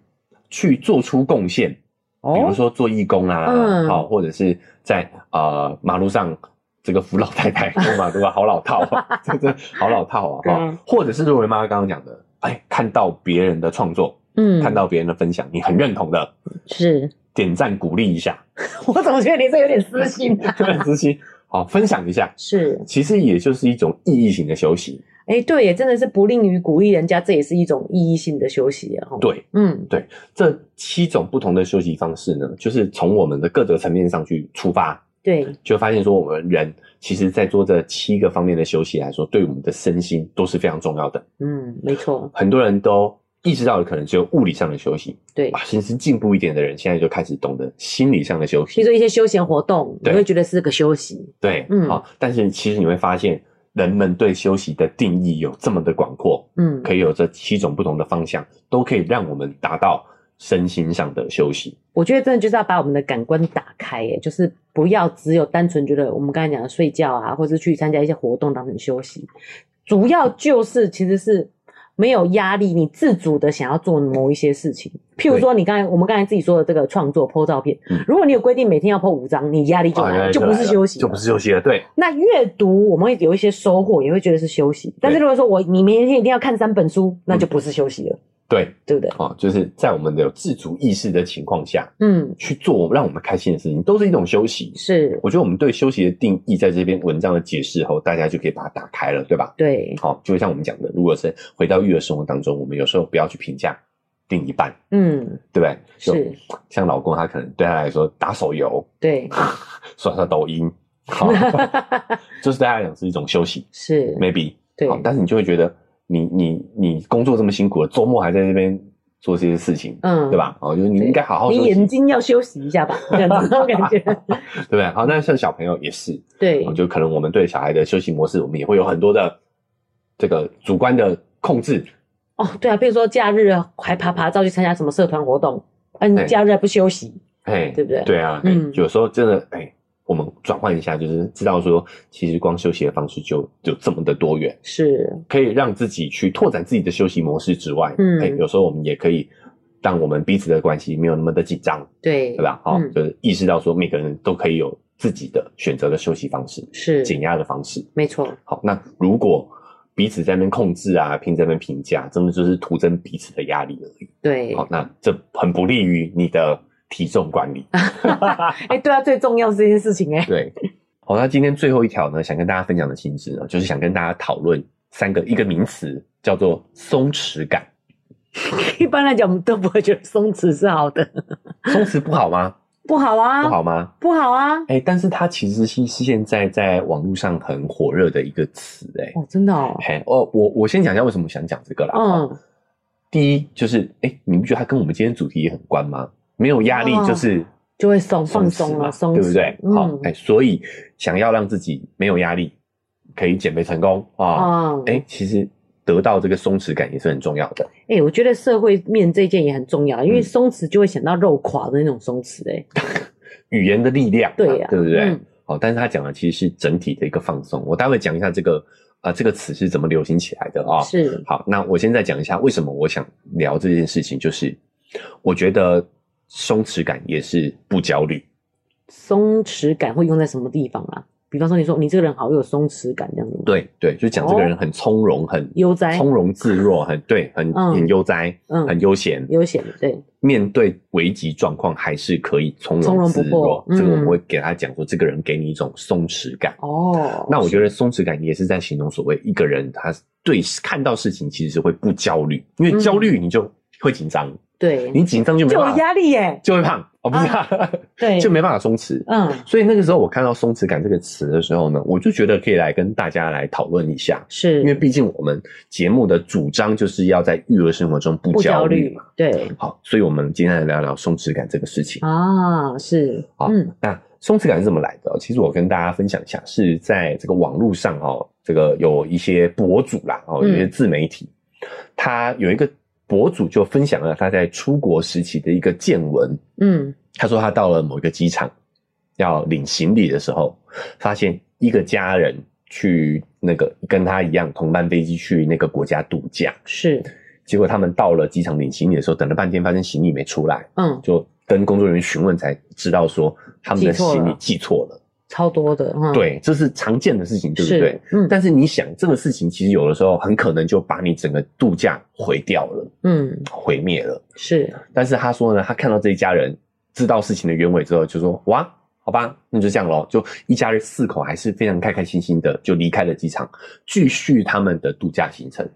Speaker 2: 去做出贡献，比如
Speaker 1: 哦，
Speaker 2: 说做义工啊，
Speaker 1: 嗯
Speaker 2: 好、或者是在呃马路上这个扶老太太过马路啊，好老套啊， 这这好老套啊，
Speaker 1: 对
Speaker 2: 哈、
Speaker 1: 啊
Speaker 2: 或者是若维妈刚刚讲的，哎，看到别人的创作，
Speaker 1: 嗯，
Speaker 2: 看到别人的分享，你很认同的，
Speaker 1: 是，
Speaker 2: 点赞鼓励一下，
Speaker 1: 我怎么觉得你这有点私心啊？
Speaker 2: 对，知心，好，分享一下，
Speaker 1: 是，
Speaker 2: 其实也就是一种意义型的休息。
Speaker 1: 哎，对耶，真的是不吝于鼓励人家，这也是一种意义性的休息啊。吼，
Speaker 2: 对，
Speaker 1: 嗯，
Speaker 2: 这七种不同的休息方式呢，就是从我们的各个层面上去出发，
Speaker 1: 对，
Speaker 2: 就发现说我们人其实在做这七个方面的休息来说，对我们的身心都是非常重要的。
Speaker 1: 嗯，没错，
Speaker 2: 很多人都意识到的可能只有物理上的休息，
Speaker 1: 对。
Speaker 2: 啊，甚至进步一点的人现在就开始懂得心理上的休
Speaker 1: 比
Speaker 2: 息
Speaker 1: 如。说一些休闲活动，你
Speaker 2: 对
Speaker 1: 会觉得是个休息，
Speaker 2: 对，
Speaker 1: 嗯
Speaker 2: 好、但是其实你会发现，人们对休息的定义有这么的广阔，
Speaker 1: 嗯，
Speaker 2: 可以有这七种不同的方向，都可以让我们达到身心上的休息。
Speaker 1: 我觉得真的就是要把我们的感官打开，耶，就是不要只有单纯觉得我们刚才讲的睡觉啊，或是去参加一些活动当成休息，主要就是其实是没有压力，你自主的想要做某一些事情。譬如说你刚才我们刚才自己说的这个创作 PO 照片
Speaker 2: 嗯，
Speaker 1: 如果你有规定每天要 PO 五张，你压力就来
Speaker 2: 啊
Speaker 1: 了，就不是休息了，
Speaker 2: 就不是休息了。对，
Speaker 1: 那阅读我们会有一些收获，也会觉得是休息。但是如果说我你明天一定要看三本书，那就不是休息了，
Speaker 2: 对，
Speaker 1: 对不对？
Speaker 2: 哦，就是在我们的有自主意识的情况下
Speaker 1: 嗯，
Speaker 2: 去做让我们开心的事情，都是一种休息。
Speaker 1: 是
Speaker 2: 我觉得我们对休息的定义，在这篇文章的解释后，大家就可以把它打开了，对吧？
Speaker 1: 对，
Speaker 2: 好、就像我们讲的，如果是回到育儿生活当中，我们有时候不要去评价另一半，
Speaker 1: 嗯，，
Speaker 2: 对不对？就是像老公，他可能对他来说打手游、
Speaker 1: 对，
Speaker 2: 刷刷抖音， 好就是对他来讲是一种休息
Speaker 1: 是，
Speaker 2: ，maybe。
Speaker 1: 对
Speaker 2: 好，但是你就会觉得你你你工作这么辛苦了，周末还在这边做这些事情，
Speaker 1: 嗯
Speaker 2: 对吧？哦，就是你
Speaker 1: 对
Speaker 2: 应该好好休
Speaker 1: 你
Speaker 2: 息，
Speaker 1: 眼睛要休息一下吧，这样子 那种感觉。
Speaker 2: 对不对？好，那像小朋友也是，
Speaker 1: 对
Speaker 2: 哦，就可能我们对小孩的休息模式，我们也会有很多的这个主观的控制，
Speaker 1: 哦，对啊，比如说假日还爬爬照去参加什么社团活动，啊，你
Speaker 2: 对
Speaker 1: 假日还不休息，
Speaker 2: 哎，
Speaker 1: 对不对
Speaker 2: 对啊，
Speaker 1: 嗯
Speaker 2: 嗯，有时候真的哎。我们转换一下，就是知道说，其实光休息的方式就就这么的多元，
Speaker 1: 是，
Speaker 2: 可以让自己去拓展自己的休息模式之外，
Speaker 1: 嗯
Speaker 2: 哎，有时候我们也可以让我们彼此的关系没有那么的紧张，
Speaker 1: 对，
Speaker 2: 对吧？哦好、
Speaker 1: 嗯
Speaker 2: 就是意识到说每个人都可以有自己的选择的休息方式、
Speaker 1: 是，
Speaker 2: 减压的方式。
Speaker 1: 没错，
Speaker 2: 好，那如果彼此在那边控制啊，凭在那边评价，真的就是徒增彼此的压力而已。
Speaker 1: 对，
Speaker 2: 好、那这很不利于你的体重 管理。
Speaker 1: 哎，对啊，最重要是这件事情哎，
Speaker 2: 对，好，那今天最后一条呢，想跟大家分享的心智呢，就是想跟大家讨论三个一个名词，叫做松弛感。
Speaker 1: 一般来讲我们都不会觉得松弛是好的，
Speaker 2: 松弛不好吗？
Speaker 1: 不好啊，
Speaker 2: 不好吗？
Speaker 1: 不好啊，
Speaker 2: 哎、但是它其实是是现在在网络上很火热的一个词、哎、
Speaker 1: 哦，真的哦，
Speaker 2: 嘿，啊哦，我我先讲一下为什么想讲这个啦。
Speaker 1: 嗯，
Speaker 2: 第一就是，哎、你不觉得它跟我们今天主题也很关吗？没有压力就是
Speaker 1: 就会松哦放
Speaker 2: 弛
Speaker 1: 松
Speaker 2: 嘛
Speaker 1: 了，松弛，
Speaker 2: 对不对？好、
Speaker 1: 嗯
Speaker 2: 哎、所以想要让自己没有压力，可以减肥成功啊！
Speaker 1: 嗯，
Speaker 2: 哎、其实得到这个松弛感也是很重要的。
Speaker 1: 哎、我觉得社会面这一件也很重要，因为
Speaker 2: 嗯
Speaker 1: 松弛就会想到肉垮的那种松弛、欸，哎，
Speaker 2: 语言的力量嘛，
Speaker 1: 对呀
Speaker 2: 啊对不对？
Speaker 1: 嗯
Speaker 2: 好、但是他讲的其实是整体的一个放松。我待会讲一下这个啊、呃这个词是怎么流行起来的啊、
Speaker 1: 是，
Speaker 2: 好，那我现在讲一下为什么我想聊这件事情，就是我觉得松弛感也是不焦虑。
Speaker 1: 松弛感会用在什么地方啊？比方说，你说你这个人好有松弛感这样子吗，
Speaker 2: 对对，就讲这个
Speaker 1: 哦
Speaker 2: 人很从容，很
Speaker 1: 悠哉
Speaker 2: 从容自若，很对，很、
Speaker 1: 嗯
Speaker 2: 很悠哉，
Speaker 1: 嗯
Speaker 2: 很悠闲。
Speaker 1: 悠闲，对，
Speaker 2: 面对危急状况，还是可以从
Speaker 1: 从容
Speaker 2: 容
Speaker 1: 不
Speaker 2: 自若
Speaker 1: 迫。嗯
Speaker 2: 这个我们会给他讲说，这个人给你一种松弛感。
Speaker 1: 哦，
Speaker 2: 那我觉
Speaker 1: 得
Speaker 2: 得松弛感也是在形容所谓一个人他对看到事情其实是会不焦虑，因为焦虑你就会紧张，
Speaker 1: 对，
Speaker 2: 你紧张就没
Speaker 1: 嗯就有
Speaker 2: 办法，
Speaker 1: 压力耶、
Speaker 2: 就会胖哦，不是、啊，
Speaker 1: 对，
Speaker 2: 就没办法松弛。
Speaker 1: 嗯，
Speaker 2: 所以那个时候我看到松弛感这个词的时候呢，我就觉得可以来跟大家来讨论一下，
Speaker 1: 是
Speaker 2: 因为毕竟我们节目的主张就是要在育儿生活中不
Speaker 1: 不
Speaker 2: 焦
Speaker 1: 焦
Speaker 2: 虑
Speaker 1: 虑
Speaker 2: 嘛。，
Speaker 1: 对
Speaker 2: 好，所以我们今天来聊聊松弛感这个事情。
Speaker 1: 啊，是，
Speaker 2: 好
Speaker 1: 嗯，
Speaker 2: 那松弛感是怎么来的？其实我跟大家分享一下，是在这个网络上哦，这个有一些博主啦，哦，
Speaker 1: 嗯
Speaker 2: 有一些自媒体，他有一个博主就分享了他在出国时期的一个见闻。
Speaker 1: 嗯，
Speaker 2: 他说他到了某一个机场要领行李的时候，发现一个家人去那个跟他一样同班飞机去那个国家度假，
Speaker 1: 是，
Speaker 2: 结果他们到了机场领行李的时候，等了半天发现行李没出来，
Speaker 1: 嗯，
Speaker 2: 就跟工作人员询问才知道说他们的
Speaker 1: 寄错
Speaker 2: 行李
Speaker 1: 了
Speaker 2: 寄错了。
Speaker 1: 超多的，嗯，，
Speaker 2: 对，这是常见的事情，对不对
Speaker 1: 是？，嗯
Speaker 2: 但是你想，这个事情其实有的时候很可能就把你整个度假毁掉了、
Speaker 1: 嗯，
Speaker 2: 毁灭了。
Speaker 1: 是，
Speaker 2: 但是他说呢，他看到这一家人知道事情的原委之后，就说：“哇，好吧，那就这样咯。就一家人四口还是非常开开心心的，就离开了机场，继续他们的度假行程。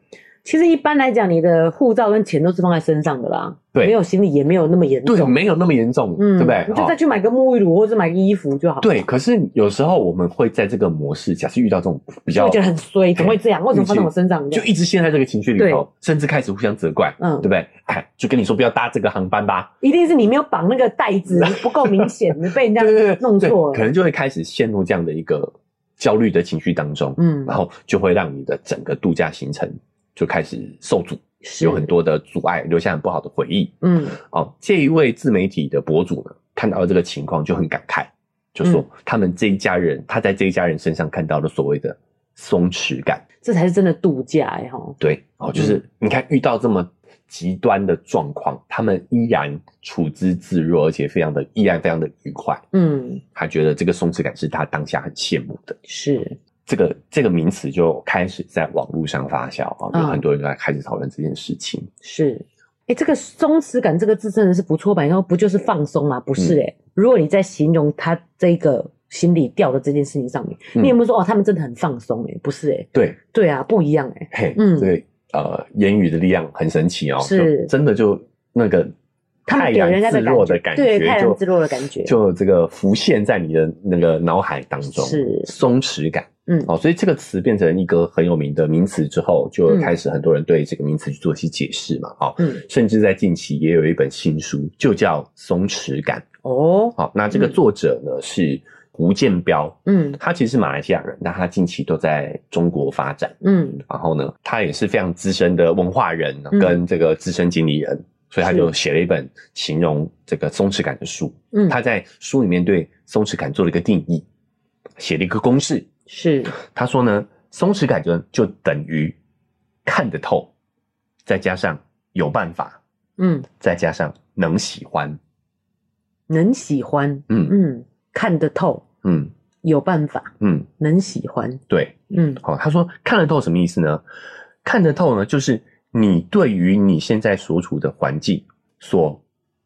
Speaker 1: 其实一般来讲，你的护照跟钱都是放在身上的啦，
Speaker 2: 对
Speaker 1: 没有行李也没有那么严重，
Speaker 2: 对，没有那么严重，对不对？
Speaker 1: 嗯你就
Speaker 2: 哦
Speaker 1: 再去买个沐浴乳或者买个衣服就好。
Speaker 2: 对，，可是有时候我们会在这个模式，假设遇到这种比
Speaker 1: 就
Speaker 2: 较
Speaker 1: 会觉得很衰，怎么会这样？为什么发生我身上？
Speaker 2: 就一直陷在这个情绪里头，甚至开始互相责怪，
Speaker 1: 嗯
Speaker 2: 对不对？哎，就跟你说不要搭这个航班吧，
Speaker 1: 一定是你没有绑那个带子，不够明显，你被人家
Speaker 2: 对对对，
Speaker 1: 弄错
Speaker 2: 对可
Speaker 1: 了。
Speaker 2: 能就会开始陷入这样的一个焦虑的情绪当中，
Speaker 1: 嗯，
Speaker 2: 然后就会让你的整个度假行程就开始受阻，
Speaker 1: 是
Speaker 2: 有很，多的阻碍，留下很不好的回忆。
Speaker 1: 嗯
Speaker 2: 哦，这一位自媒体的博主呢，看到了这个情况就很感慨，就说
Speaker 1: 嗯
Speaker 2: 他们这一家人，他在这一家人身上看到了所谓的松弛感。
Speaker 1: 这才是真的度假哎哈。
Speaker 2: 对，哦，就是你看遇到这么极端的状况，他们依然处之自若，而且非常的依然非常的愉快。
Speaker 1: 嗯，
Speaker 2: 他觉得这个松弛感是他当下很羡慕的。
Speaker 1: 是，
Speaker 2: 这个这个名词就开始在网络上发酵啊，
Speaker 1: 嗯
Speaker 2: 就很多人都在开始讨论这件事情。
Speaker 1: 是。哎，这个松弛感这个字真的是不错吧？然后不就是放松嘛？不
Speaker 2: 嗯
Speaker 1: 是哎、如果你在形容他这个心里掉的这件事情上面，
Speaker 2: 嗯
Speaker 1: 你有没有说哦，他们真的很放松哎、不是哎、
Speaker 2: 对，
Speaker 1: 对啊，不一样哎、
Speaker 2: 嘿，
Speaker 1: 嗯
Speaker 2: 对，呃，言语的力量很神奇哦，
Speaker 1: 是
Speaker 2: 就真的就那个
Speaker 1: 他
Speaker 2: 泰
Speaker 1: 们给人家
Speaker 2: 然
Speaker 1: 的
Speaker 2: 自
Speaker 1: 感
Speaker 2: 若
Speaker 1: 觉，
Speaker 2: 的感
Speaker 1: 对泰然
Speaker 2: 就
Speaker 1: 自若的感觉，
Speaker 2: 就这个浮现在你的那个脑海当中，
Speaker 1: 是
Speaker 2: 松弛感。
Speaker 1: 嗯
Speaker 2: 哦，所以这个词变成一个很有名的名词之后，就开始很多人对这个名词去做一些解释嘛，哦，
Speaker 1: 嗯
Speaker 2: 甚至在近期也有一本新书，就叫《松弛感》。
Speaker 1: 哦，
Speaker 2: 好、那这个
Speaker 1: 嗯
Speaker 2: 作者呢、是吴建彪，
Speaker 1: 嗯
Speaker 2: 他其实是马来西亚人，那他近期都在中国发展。
Speaker 1: 嗯，
Speaker 2: 然后呢，他也是非常资深的文化人
Speaker 1: 嗯
Speaker 2: 跟这个资深经理人，所以他
Speaker 1: 是
Speaker 2: 就写了一本形容这个松弛感的书。
Speaker 1: 嗯，
Speaker 2: 他在书里面对松弛感做了一个定义，写了一个公式。
Speaker 1: 是
Speaker 2: 他说呢，松弛感就就等于看得透，再加上有办法，
Speaker 1: 嗯，
Speaker 2: 再加上能喜欢。
Speaker 1: 能喜欢，
Speaker 2: 嗯
Speaker 1: 嗯，看得透，
Speaker 2: 嗯
Speaker 1: 有办法，
Speaker 2: 嗯，
Speaker 1: 能喜欢，
Speaker 2: 对。
Speaker 1: 嗯
Speaker 2: 哦好、他说看得透什么意思呢？看得透呢，就是你对于你现在所处的环境所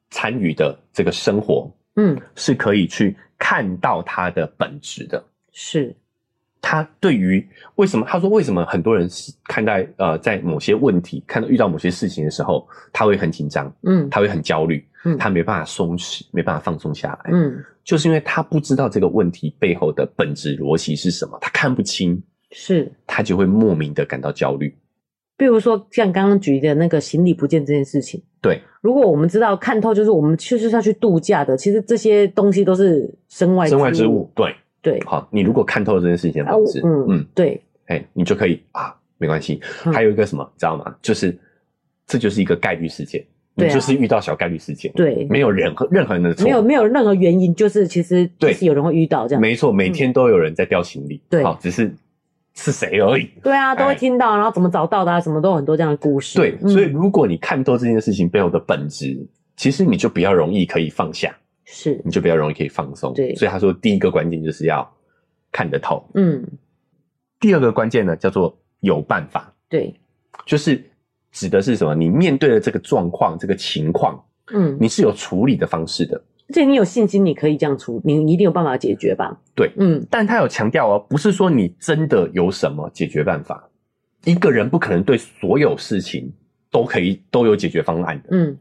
Speaker 2: 参与的这个生活，
Speaker 1: 嗯，
Speaker 2: 是可以去看到它的本质的。
Speaker 1: 是，
Speaker 2: 他对于为什么他说为什么很多人是看待呃在某些问题看到遇到某些事情的时候，他会很紧张，
Speaker 1: 嗯
Speaker 2: 他会很焦虑，
Speaker 1: 嗯
Speaker 2: 他没办法松弛，没办法放松下来，
Speaker 1: 嗯，
Speaker 2: 就是因为他不知道这个问题背后的本质逻辑是什么，他看不清，
Speaker 1: 是。
Speaker 2: 他就会莫名的感到焦虑。
Speaker 1: 比如说像刚刚举的那个行李不见这件事情，
Speaker 2: 对，
Speaker 1: 如果我们知道看透，就是我们就是要去度假的，其实这些东西都是身外
Speaker 2: 身外之物，，对，
Speaker 1: 对，
Speaker 2: 好，你如果看透了这件事情的
Speaker 1: 啊
Speaker 2: 本质，
Speaker 1: 我
Speaker 2: 啊嗯，
Speaker 1: 对，
Speaker 2: 哎，你就可以啊，没关系。
Speaker 1: 嗯
Speaker 2: 还有一个什么，你知道吗？就是这就是一个概率事件，你
Speaker 1: 对啊
Speaker 2: 就是遇到小概率事件，
Speaker 1: 对
Speaker 2: 没有任何任何人的错，
Speaker 1: 没有没有任何原因，就是其实就
Speaker 2: 对
Speaker 1: 是有人会遇到这样，
Speaker 2: 没错，每天都有人在掉行李，
Speaker 1: 嗯对
Speaker 2: 好，只是是谁而已。
Speaker 1: 对啊，都会
Speaker 2: 哎
Speaker 1: 听到，然后怎么找到的啊，什么都有很多这样的故事，
Speaker 2: 对，
Speaker 1: 嗯
Speaker 2: 所以如果你看透这件事情背后的本质，其实你就比较容易可以放下，
Speaker 1: 是，
Speaker 2: 你就比较容易可以放松。
Speaker 1: 对
Speaker 2: 所以他说第一个关键就是要看得透，
Speaker 1: 嗯，
Speaker 2: 第二个关键呢叫做有办法，
Speaker 1: 对，
Speaker 2: 就是指的是什么？你面对了这个状况、这个情况，
Speaker 1: 嗯，
Speaker 2: 你是有处理的方式的。
Speaker 1: 而且你有信心，你可以这样处，你你一定有办法解决吧？
Speaker 2: 对
Speaker 1: 嗯，
Speaker 2: 但他有强调哦，不是说你真的有什么解决办法，一个人不可能对所有事情都可以都有解决方案的，
Speaker 1: 嗯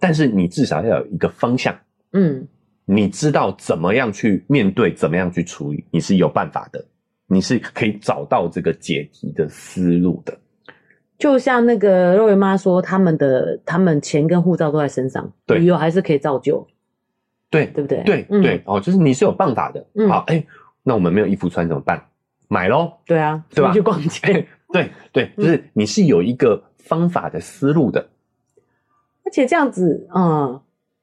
Speaker 2: 但是你至少要有一个方向，
Speaker 1: 嗯，
Speaker 2: 你知道怎么样去面对，怎么样去处理，你是有办法的，你是可以找到这个解题的思路的。
Speaker 1: 就像那个肉圆妈说，他们的他们钱跟护照都在身上，
Speaker 2: 对
Speaker 1: 旅游还是可以造就，
Speaker 2: 对
Speaker 1: 对不对？
Speaker 2: 对
Speaker 1: 嗯
Speaker 2: 对，哦，就是你是有办法的。
Speaker 1: 嗯
Speaker 2: 好，哎，那我们没有衣服穿怎么办？买喽。
Speaker 1: 对啊，
Speaker 2: 对吧哎
Speaker 1: 你去逛街，
Speaker 2: 对对，
Speaker 1: 嗯
Speaker 2: 就是你是有一个方法的思路的，
Speaker 1: 而且这样子，嗯，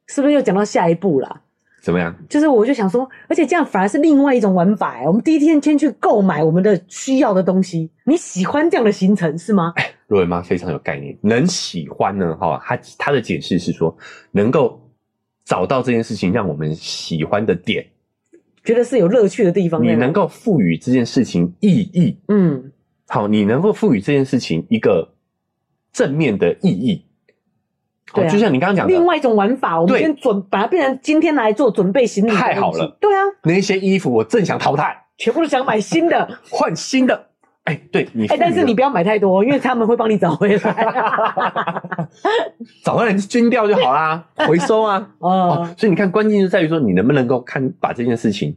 Speaker 1: 是不是又讲到下一步啦？
Speaker 2: 怎么样？
Speaker 1: 就是我就想说，而且这样反而是另外一种玩法、欸。我们第一天先去购买我们的需要的东西，你喜欢这样的行程是吗？
Speaker 2: 若文妈非常有概念，能喜欢呢？哈、她她的解释是说，能够找到这件事情让我们喜欢的点，
Speaker 1: 觉得是有乐趣的地方，
Speaker 2: 你
Speaker 1: 对吗
Speaker 2: 能够赋予这件事情意义，
Speaker 1: 嗯
Speaker 2: 好，你能够赋予这件事情一个正面的意义。好，
Speaker 1: 对啊
Speaker 2: 就像你刚刚讲
Speaker 1: 另
Speaker 2: 的，
Speaker 1: 外一种玩法，我们
Speaker 2: 对
Speaker 1: 先准把它变成今天拿来做准备行李的东西。
Speaker 2: 太好了
Speaker 1: 对啊，
Speaker 2: 那些衣服我正想淘汰，
Speaker 1: 全部都想买新的，
Speaker 2: 换新的。哎、对你
Speaker 1: 哎、
Speaker 2: 赋予了，
Speaker 1: 但是你不要买太多，因为他们会帮你找回 来。
Speaker 2: 找到人捐掉就 好啦，回收啊。哦
Speaker 1: 哦，，
Speaker 2: 所以你看，关键就在于说，你能不能够看把这件事情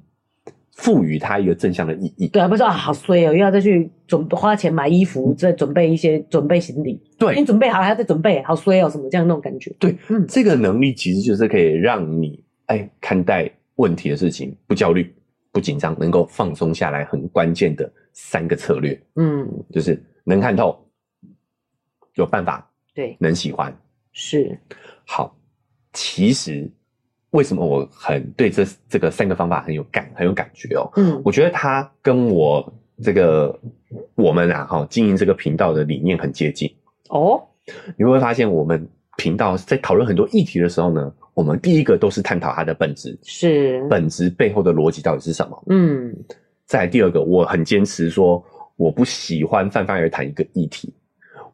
Speaker 2: 赋予它一个正向的意义。
Speaker 1: 对啊，不是啊，好衰哦，又要再去准花钱买衣服，再准备一些准备行李，
Speaker 2: 对
Speaker 1: 哦你准备好了还要再准备，好衰哦，什么这样那种感觉。
Speaker 2: 对，
Speaker 1: 嗯
Speaker 2: 这个能力其实就是可以让你哎看待问题的事情不焦虑、不紧张，能够放松下来，很关键的三个策略
Speaker 1: 嗯，
Speaker 2: 就是能看透、有办法、
Speaker 1: 对，
Speaker 2: 能喜欢。
Speaker 1: 是，
Speaker 2: 好，其实为什么我很对这这个三个方法很有感、很有感觉哦？
Speaker 1: 嗯
Speaker 2: 我觉得它跟我这个我们啊哈经营这个频道的理念很接近。
Speaker 1: 哦，
Speaker 2: 你会发现，我们频道在讨论很多议题的时候呢，我们第一个都是探讨它的本质，
Speaker 1: 是，
Speaker 2: 本质背后的逻辑到底是什么。
Speaker 1: 嗯，
Speaker 2: 再来第二个，我很坚持说，我不喜欢泛泛而谈一个议题，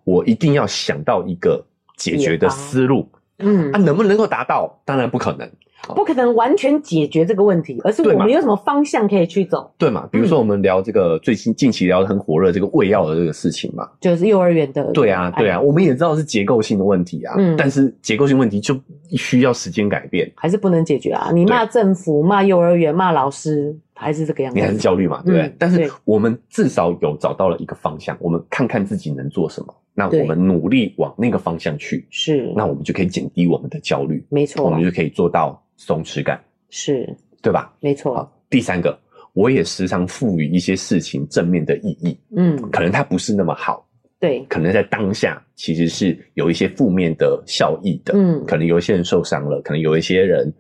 Speaker 2: 我一定要想到一个解决的思路。
Speaker 1: 嗯
Speaker 2: 它、，能不能够达到？当然不可能，
Speaker 1: 不可能完全解决这个问题，而是
Speaker 2: 对
Speaker 1: 我
Speaker 2: 嘛
Speaker 1: 们有什么方向可以去走，
Speaker 2: 对嘛？比如说我们聊这个最近近期聊得很火热这个胃药的这个事情嘛，
Speaker 1: 就是幼儿园的。
Speaker 2: 对啊，对啊，，我们也知道是结构性的问题啊，
Speaker 1: 哎嗯
Speaker 2: 但是结构性问题就需要时间改变。
Speaker 1: 还是不能解决啊！你骂政府、骂幼儿园、骂老师，还是这个样
Speaker 2: 你还是
Speaker 1: 子。
Speaker 2: 焦虑嘛，对不对？
Speaker 1: 嗯
Speaker 2: 但
Speaker 1: 对
Speaker 2: 是我们至少有找到了一个方向，我们看看自己能做什么，那
Speaker 1: 对
Speaker 2: 我们努力往那个方向去，
Speaker 1: 是，
Speaker 2: 那我们就可以减低我们的焦虑，
Speaker 1: 没
Speaker 2: 我
Speaker 1: 错
Speaker 2: 们，就可以做到松弛感，
Speaker 1: 是
Speaker 2: 对吧？
Speaker 1: 没错。
Speaker 2: 好，第三个，我也时常赋予一些事情正面的意义，
Speaker 1: 嗯，
Speaker 2: 可能它不是那么好，
Speaker 1: 对，
Speaker 2: 可能在当下其实是有一些负面的效益的，
Speaker 1: 嗯
Speaker 2: 可能有一些人受伤了，可能有一些人，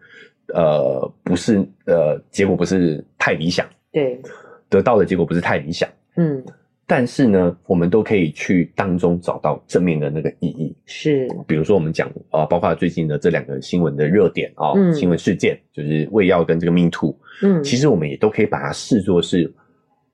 Speaker 2: 呃，不是呃，结果不是太理想，
Speaker 1: 对，
Speaker 2: 得到的结果不是太理想。
Speaker 1: 嗯，
Speaker 2: 但是呢，我们都可以去当中找到正面的那个意义。
Speaker 1: 是，
Speaker 2: 比如说，我们讲啊、呃包括最近的这两个新闻的热点啊、哦
Speaker 1: 嗯
Speaker 2: 新闻事件，就是胃药跟这个 Me Too，
Speaker 1: 嗯，
Speaker 2: 其实我们也都可以把它视作是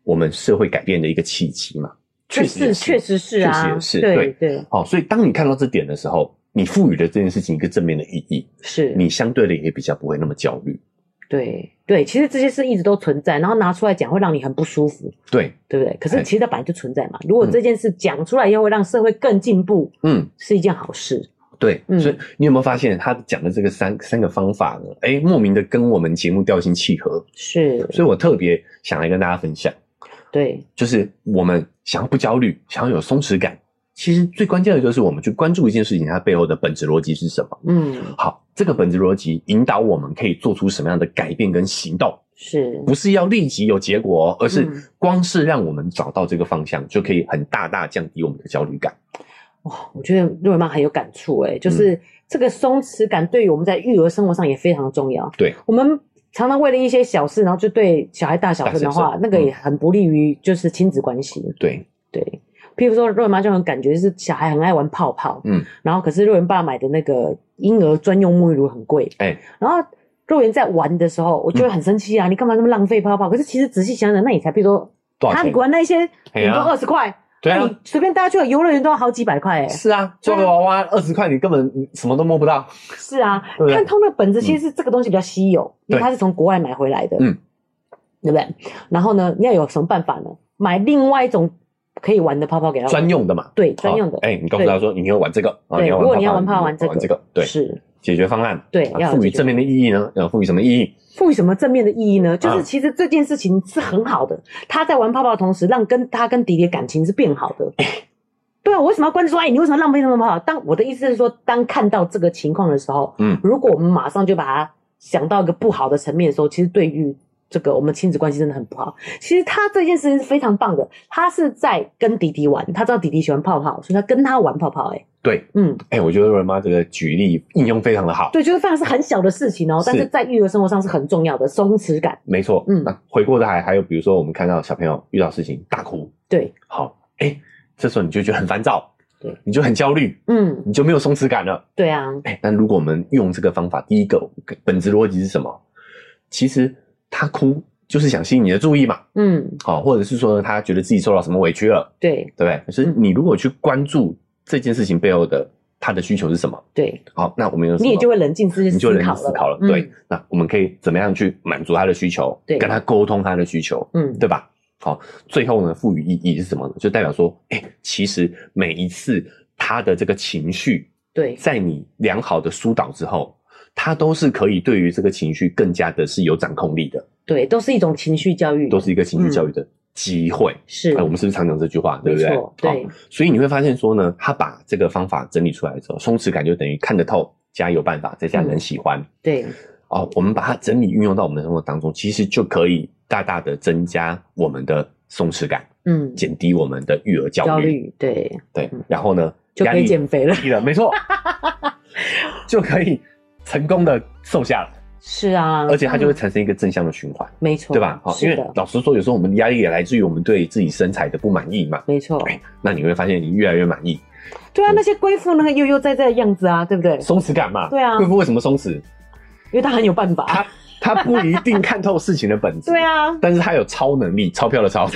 Speaker 2: 我们社会改变的一个契机嘛。确实也
Speaker 1: 是，确实是啊，
Speaker 2: 确实也是
Speaker 1: 对
Speaker 2: 对
Speaker 1: 对
Speaker 2: 好、所以当你看到这点的时候，你赋予了这件事情一个正面的意义，
Speaker 1: 是，
Speaker 2: 你相对的也比较不会那么焦虑。
Speaker 1: 对对，其实这些事一直都存在，然后拿出来讲会让你很不舒服，
Speaker 2: 对，
Speaker 1: 对不对？可
Speaker 2: 哎
Speaker 1: 是其实它本来就存在嘛。如果
Speaker 2: 嗯
Speaker 1: 这件事讲出来以后会让社会更进步，
Speaker 2: 嗯，
Speaker 1: 是一件好事。
Speaker 2: 对，
Speaker 1: 嗯
Speaker 2: 所以你有没有发现他讲的这个三三个方法呢？哎，莫名的跟我们节目调性契合，
Speaker 1: 是，
Speaker 2: 所以我特别想来跟大家分享，
Speaker 1: 对，
Speaker 2: 就是我们想要不焦虑，想要有松弛感，其实最关键的就是我们去关注一件事情它背后的本质逻辑是什么。
Speaker 1: 嗯，
Speaker 2: 好，这个本质逻辑引导我们可以做出什么样的改变跟行动，
Speaker 1: 是，
Speaker 2: 不是要立即有结果哦，而是
Speaker 1: 嗯
Speaker 2: 光是让我们找到这个方向，就可以很大大降低我们的焦虑感。
Speaker 1: 哇，我觉得瑞文妈很有感触哎、
Speaker 2: 嗯
Speaker 1: 就是这个松弛感对于我们在育儿生活上也非常重要。
Speaker 2: 对，
Speaker 1: 我们常常为了一些小事，然后就对小孩大小声的
Speaker 2: 大小
Speaker 1: 话
Speaker 2: 声，嗯
Speaker 1: 那个也很不利于就是亲子关系。
Speaker 2: 对，
Speaker 1: 对，譬如说瑞文妈就很感觉是小孩很爱玩泡泡，
Speaker 2: 嗯，
Speaker 1: 然后可是瑞文爸买的那个婴儿专用沐浴乳很贵，
Speaker 2: 哎，嗯
Speaker 1: 然后。肉圆在玩的时候，我就会很生气啊！你干嘛那么浪费泡泡？可是其实仔细想想，那也才，比如说，
Speaker 2: 多少
Speaker 1: 他
Speaker 2: 钱？
Speaker 1: 玩那些
Speaker 2: 哎
Speaker 1: 顶
Speaker 2: 呀
Speaker 1: 多二十块，
Speaker 2: 对
Speaker 1: 那
Speaker 2: 啊
Speaker 1: 你，随便大家去个游乐园都要好几百块哎、
Speaker 2: 是啊，抓个娃娃二十块，你根本什么都摸不到。
Speaker 1: 是啊
Speaker 2: 对不，对
Speaker 1: 看通的本质其实是这个东西比较稀有，因为
Speaker 2: 对
Speaker 1: 它是从国外买回来的，
Speaker 2: 嗯，
Speaker 1: 对不对？然后呢，你要有什么办法呢？买另外一种可以玩的泡泡给他玩
Speaker 2: 专用的嘛，
Speaker 1: 对专用的
Speaker 2: 好，哎，你告诉他说你要玩这个，啊
Speaker 1: 对，如果你要玩
Speaker 2: 泡
Speaker 1: 泡
Speaker 2: 泡
Speaker 1: 玩这
Speaker 2: 玩
Speaker 1: 个，
Speaker 2: 这个，对，
Speaker 1: 是
Speaker 2: 解决方案，
Speaker 1: 对
Speaker 2: 啊
Speaker 1: 要有
Speaker 2: 赋予
Speaker 1: 解决
Speaker 2: 正面的意义呢？要赋予什么意义？
Speaker 1: 赋予什么正面的意义呢？就
Speaker 2: 啊
Speaker 1: 是其实这件事情是很好的，他在玩泡泡的同时，让跟他跟弟弟的感情是变好 的。对啊，我为什么要关注说，哎，你为什么浪费那么多泡泡？当我的意思是说，当看到这个情况的时候，
Speaker 2: 嗯
Speaker 1: 如果我们马上就把它想到一个不好的层面的时候，其实对于这个我们亲子关系真的很不好。其实他这件事情是非常棒的，他是在跟弟弟玩，他知道弟弟喜欢泡泡，所以他跟他玩泡泡、欸。哎，
Speaker 2: 对，
Speaker 1: 嗯，
Speaker 2: 哎，我觉得瑞妈这个举例应用非常的好，
Speaker 1: 对，就是非常是很小的事情哦，
Speaker 2: 是
Speaker 1: 但是在育儿生活上是很重要的松弛感。
Speaker 2: 没错。
Speaker 1: 嗯
Speaker 2: 那回过头来还有比如说我们看到小朋友遇到事情大哭，
Speaker 1: 对，
Speaker 2: 好，哎，这时候你就觉得很烦躁，
Speaker 1: 对，
Speaker 2: 你就很焦虑，
Speaker 1: 嗯，
Speaker 2: 你就没有松弛感了。
Speaker 1: 对啊，
Speaker 2: 哎，但如果我们用这个方法，第一个本质逻辑是什么？其实他哭就是想吸引你的注意嘛，
Speaker 1: 嗯，
Speaker 2: 好、或者是说呢，他觉得自己受到什么委屈了，
Speaker 1: 对
Speaker 2: 对不对？可是你如果去关注这件事情背后的他的需求是什么，
Speaker 1: 对，
Speaker 2: 好，那我们有什么
Speaker 1: 你也就会冷静自己
Speaker 2: 你就
Speaker 1: 思
Speaker 2: 能
Speaker 1: 考了，
Speaker 2: 思考了，
Speaker 1: 嗯
Speaker 2: 对，，那我们可以怎么样去满足他的需求，
Speaker 1: 对
Speaker 2: 跟他沟通他的需求，
Speaker 1: 嗯，
Speaker 2: 对吧？好，最后呢，赋予意义是什么呢？就代表说，哎，其实每一次他的这个情绪，
Speaker 1: 对，
Speaker 2: 在你良好的疏导之后，他都是可以对于这个情绪更加的是有掌控力的，
Speaker 1: 对，都是一种情绪教育，
Speaker 2: 都是一
Speaker 1: 嗯
Speaker 2: 个情绪教育的机会。
Speaker 1: 是
Speaker 2: 哎、，我们是不是常讲这句话，对
Speaker 1: 嗯没
Speaker 2: 不对？
Speaker 1: 错，对
Speaker 2: 好，，所以你会发现说呢，他把这个方法整理出来之后，松弛感就等于看得透，加有办法，再加人喜欢。
Speaker 1: 对，
Speaker 2: 哦，我们把它整理运用到我们的生活当中，其实就可以大大的增加我们的松弛感，
Speaker 1: 嗯，
Speaker 2: 减低我们的育儿焦虑。
Speaker 1: 焦虑，对，
Speaker 2: 对
Speaker 1: 嗯，
Speaker 2: 然后呢，
Speaker 1: 就
Speaker 2: 压
Speaker 1: 可以
Speaker 2: 力
Speaker 1: 减肥了。
Speaker 2: 低了，没错，就可以成功的瘦下来，
Speaker 1: 是啊，
Speaker 2: 而且它就会
Speaker 1: 嗯
Speaker 2: 产生一个正向的循环，
Speaker 1: 没错，
Speaker 2: 对吧？好，因
Speaker 1: 是
Speaker 2: 为
Speaker 1: 的，
Speaker 2: 老实说，有时候我们的压力也来自于我们对自己身材的不满意嘛。
Speaker 1: 没错，
Speaker 2: 哎，那你会发现你越来越满意，
Speaker 1: 对啊，那些贵妇那个悠悠哉哉的样子啊，对不对？
Speaker 2: 松弛感嘛。
Speaker 1: 对啊
Speaker 2: 贵妇为什么松弛？
Speaker 1: 因为她很有办法，
Speaker 2: 她她不一定看透事情的本 质。
Speaker 1: 对啊，
Speaker 2: 但是他有超能力，钞票 的钞，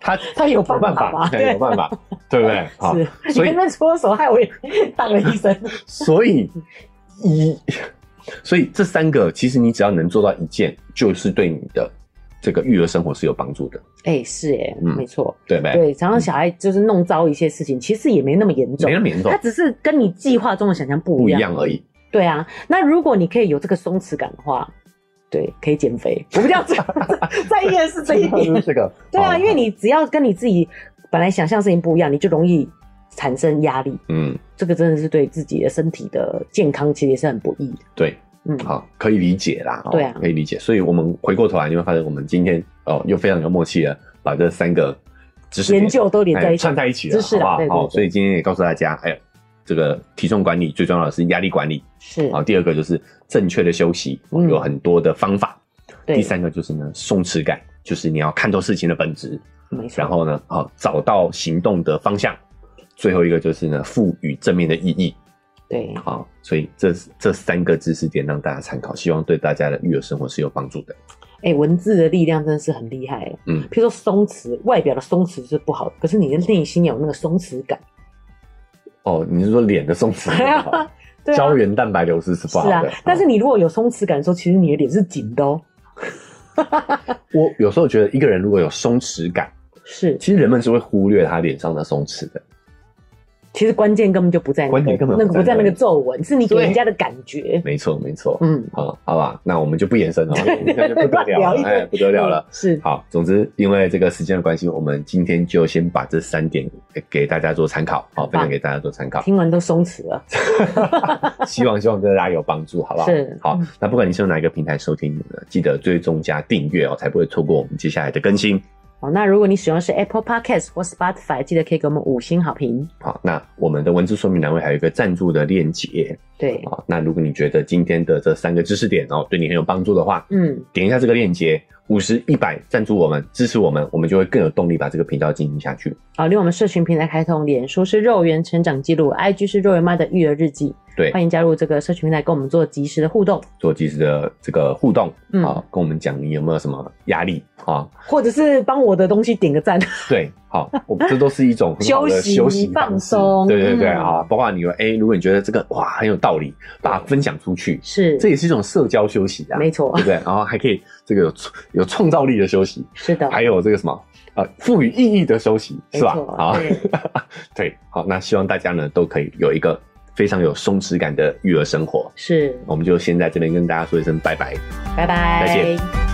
Speaker 2: 他
Speaker 1: 他有办
Speaker 2: 办
Speaker 1: 法吧
Speaker 2: 他有办法，对不对？好，
Speaker 1: 是，
Speaker 2: 所以嗯
Speaker 1: 你那搓手害我也 当了医生，
Speaker 2: 所以一，所以这三个其实你只要能做到一件，就是对你的这个育儿生活是有帮助的，
Speaker 1: 哎，是哎，
Speaker 2: 嗯
Speaker 1: 没错，
Speaker 2: 对不对？
Speaker 1: 对，常常小孩就是弄糟一些事情，其实也没那么严重
Speaker 2: 没那。么严重
Speaker 1: 它，只是跟你计划中的想象不
Speaker 2: 不
Speaker 1: 一
Speaker 2: 一
Speaker 1: 样，
Speaker 2: 样而已。
Speaker 1: 对啊，那如果你可以有这个松弛感的话，对，可以减肥。 我们要在在意的是 这一
Speaker 2: 就是
Speaker 1: 点。
Speaker 2: 这个，
Speaker 1: 对啊，
Speaker 2: 好
Speaker 1: 因为你只要跟你自己本来想象事情不一样，你就容易产生压力。
Speaker 2: 嗯，
Speaker 1: 这个真的是对自己的身体的健康其实也是很不易的。
Speaker 2: 对，
Speaker 1: 嗯，
Speaker 2: 好，可以理解啦，哦
Speaker 1: 对啊
Speaker 2: 可以理解。所以我们回过头来，你会发现我们今天哦，又非常有默契的把这三个知识点
Speaker 1: 研究都连在
Speaker 2: 哎
Speaker 1: 一起
Speaker 2: 串，在一起了，
Speaker 1: 知识啦
Speaker 2: 好不好？
Speaker 1: 对对
Speaker 2: 好，
Speaker 1: 对
Speaker 2: 所以今天也告诉大家，哎，这个体重管理最重要的是压力管理，
Speaker 1: 是
Speaker 2: 好，第二个就是正确的休息，
Speaker 1: 嗯
Speaker 2: 有很多的方法。第
Speaker 1: 对，
Speaker 2: 三个就是呢，松弛感，就是你要看透事情的本质，
Speaker 1: 没错
Speaker 2: 然，后呢，好找到行动的方向。最后一个就是呢，赋予正面的意义。
Speaker 1: 对，
Speaker 2: 好，所以这这三个知识点让大家参考，希望对大家的育儿生活是有帮助的。
Speaker 1: 哎，文字的力量真的是很厉害。
Speaker 2: 嗯
Speaker 1: 譬如说松弛，外表的松弛是不好的，可是你的内心有那个松弛感，
Speaker 2: 哦，你是说脸的松弛
Speaker 1: 对
Speaker 2: 不好
Speaker 1: 啊， 对
Speaker 2: 胶
Speaker 1: 啊，
Speaker 2: 原蛋白流失是不好
Speaker 1: 是
Speaker 2: 的。
Speaker 1: 啊
Speaker 2: 哦。
Speaker 1: 但是你如果有松弛感的时候，其实你的脸是紧的哦。
Speaker 2: 我有时候觉得一个人如果有松弛感，
Speaker 1: 是，
Speaker 2: 其实人们是会忽略他脸上的松弛的。
Speaker 1: 其实关键根本就不在那
Speaker 2: 关键
Speaker 1: 个
Speaker 2: 根本
Speaker 1: 那个
Speaker 2: 不在
Speaker 1: 不在那
Speaker 2: 那
Speaker 1: 个
Speaker 2: 里
Speaker 1: 皱纹，是你给
Speaker 2: 对
Speaker 1: 人家的感觉。
Speaker 2: 没错，没错。
Speaker 1: 嗯，
Speaker 2: 好、好吧，那我们就不延伸 了，那就不 得了
Speaker 1: 聊一
Speaker 2: 了，
Speaker 1: 堆嗯
Speaker 2: 哎，不得了了。
Speaker 1: 是，
Speaker 2: 好，总之因为这个时间的关系，我们今天就先把这三点给给大家做参考，好，
Speaker 1: 很棒
Speaker 2: 分享给大家做参 考。
Speaker 1: 听完都松弛了。
Speaker 2: 希望希望对大家有帮助，好不好？
Speaker 1: 是
Speaker 2: 好
Speaker 1: 嗯，
Speaker 2: 那不管你是用哪一个平台收听的，记得追踪加订阅哦，才不会错过我们接下来的更新。
Speaker 1: 好，那如果你使用的是 Apple Podcast 或 Spotify，记得可以给我们五星好评。
Speaker 2: 好，那我们的文字说明栏位还有一个赞助的链接
Speaker 1: 对，
Speaker 2: 啊。那如果你觉得今天的这三个知识点哦对你很有帮助的话，
Speaker 1: 嗯，
Speaker 2: 点一下这个链接，五十一百赞助我们，支持我们，我们就会更有动力把这个频道进行下去。
Speaker 1: 好，另外我们社群平台开通，脸书是肉圆成长记录，IG 是肉圆妈的育儿日记，
Speaker 2: 对，
Speaker 1: 欢迎加入这个社群平台，跟我们做及时的互动，
Speaker 2: 做及时的这个互动
Speaker 1: 嗯
Speaker 2: 啊，跟我们讲你有没有什么压力啊？
Speaker 1: 或者是帮我的东西点个赞。
Speaker 2: 对，好，我们这都是一种很好的
Speaker 1: 休息
Speaker 2: 休息
Speaker 1: 放
Speaker 2: 方式
Speaker 1: 松
Speaker 2: 对对对
Speaker 1: 嗯
Speaker 2: 啊，包括你有哎，如果你觉得这个哇很有道理，把它分享出去，
Speaker 1: 是，
Speaker 2: 这也是一种社交休息啊，
Speaker 1: 没错
Speaker 2: 对，不对？然后还可以这个有创有创造力的休息，
Speaker 1: 是的，
Speaker 2: 还有这个什么呃赋予意义的休息，是吧
Speaker 1: 没？错
Speaker 2: 好
Speaker 1: 对，
Speaker 2: 对，好，那希望大家呢都可以有一个非常有松弛感的育儿生活。
Speaker 1: 是，
Speaker 2: 我们就先在这边跟大家说一声拜拜。
Speaker 1: 拜拜，
Speaker 2: 再见。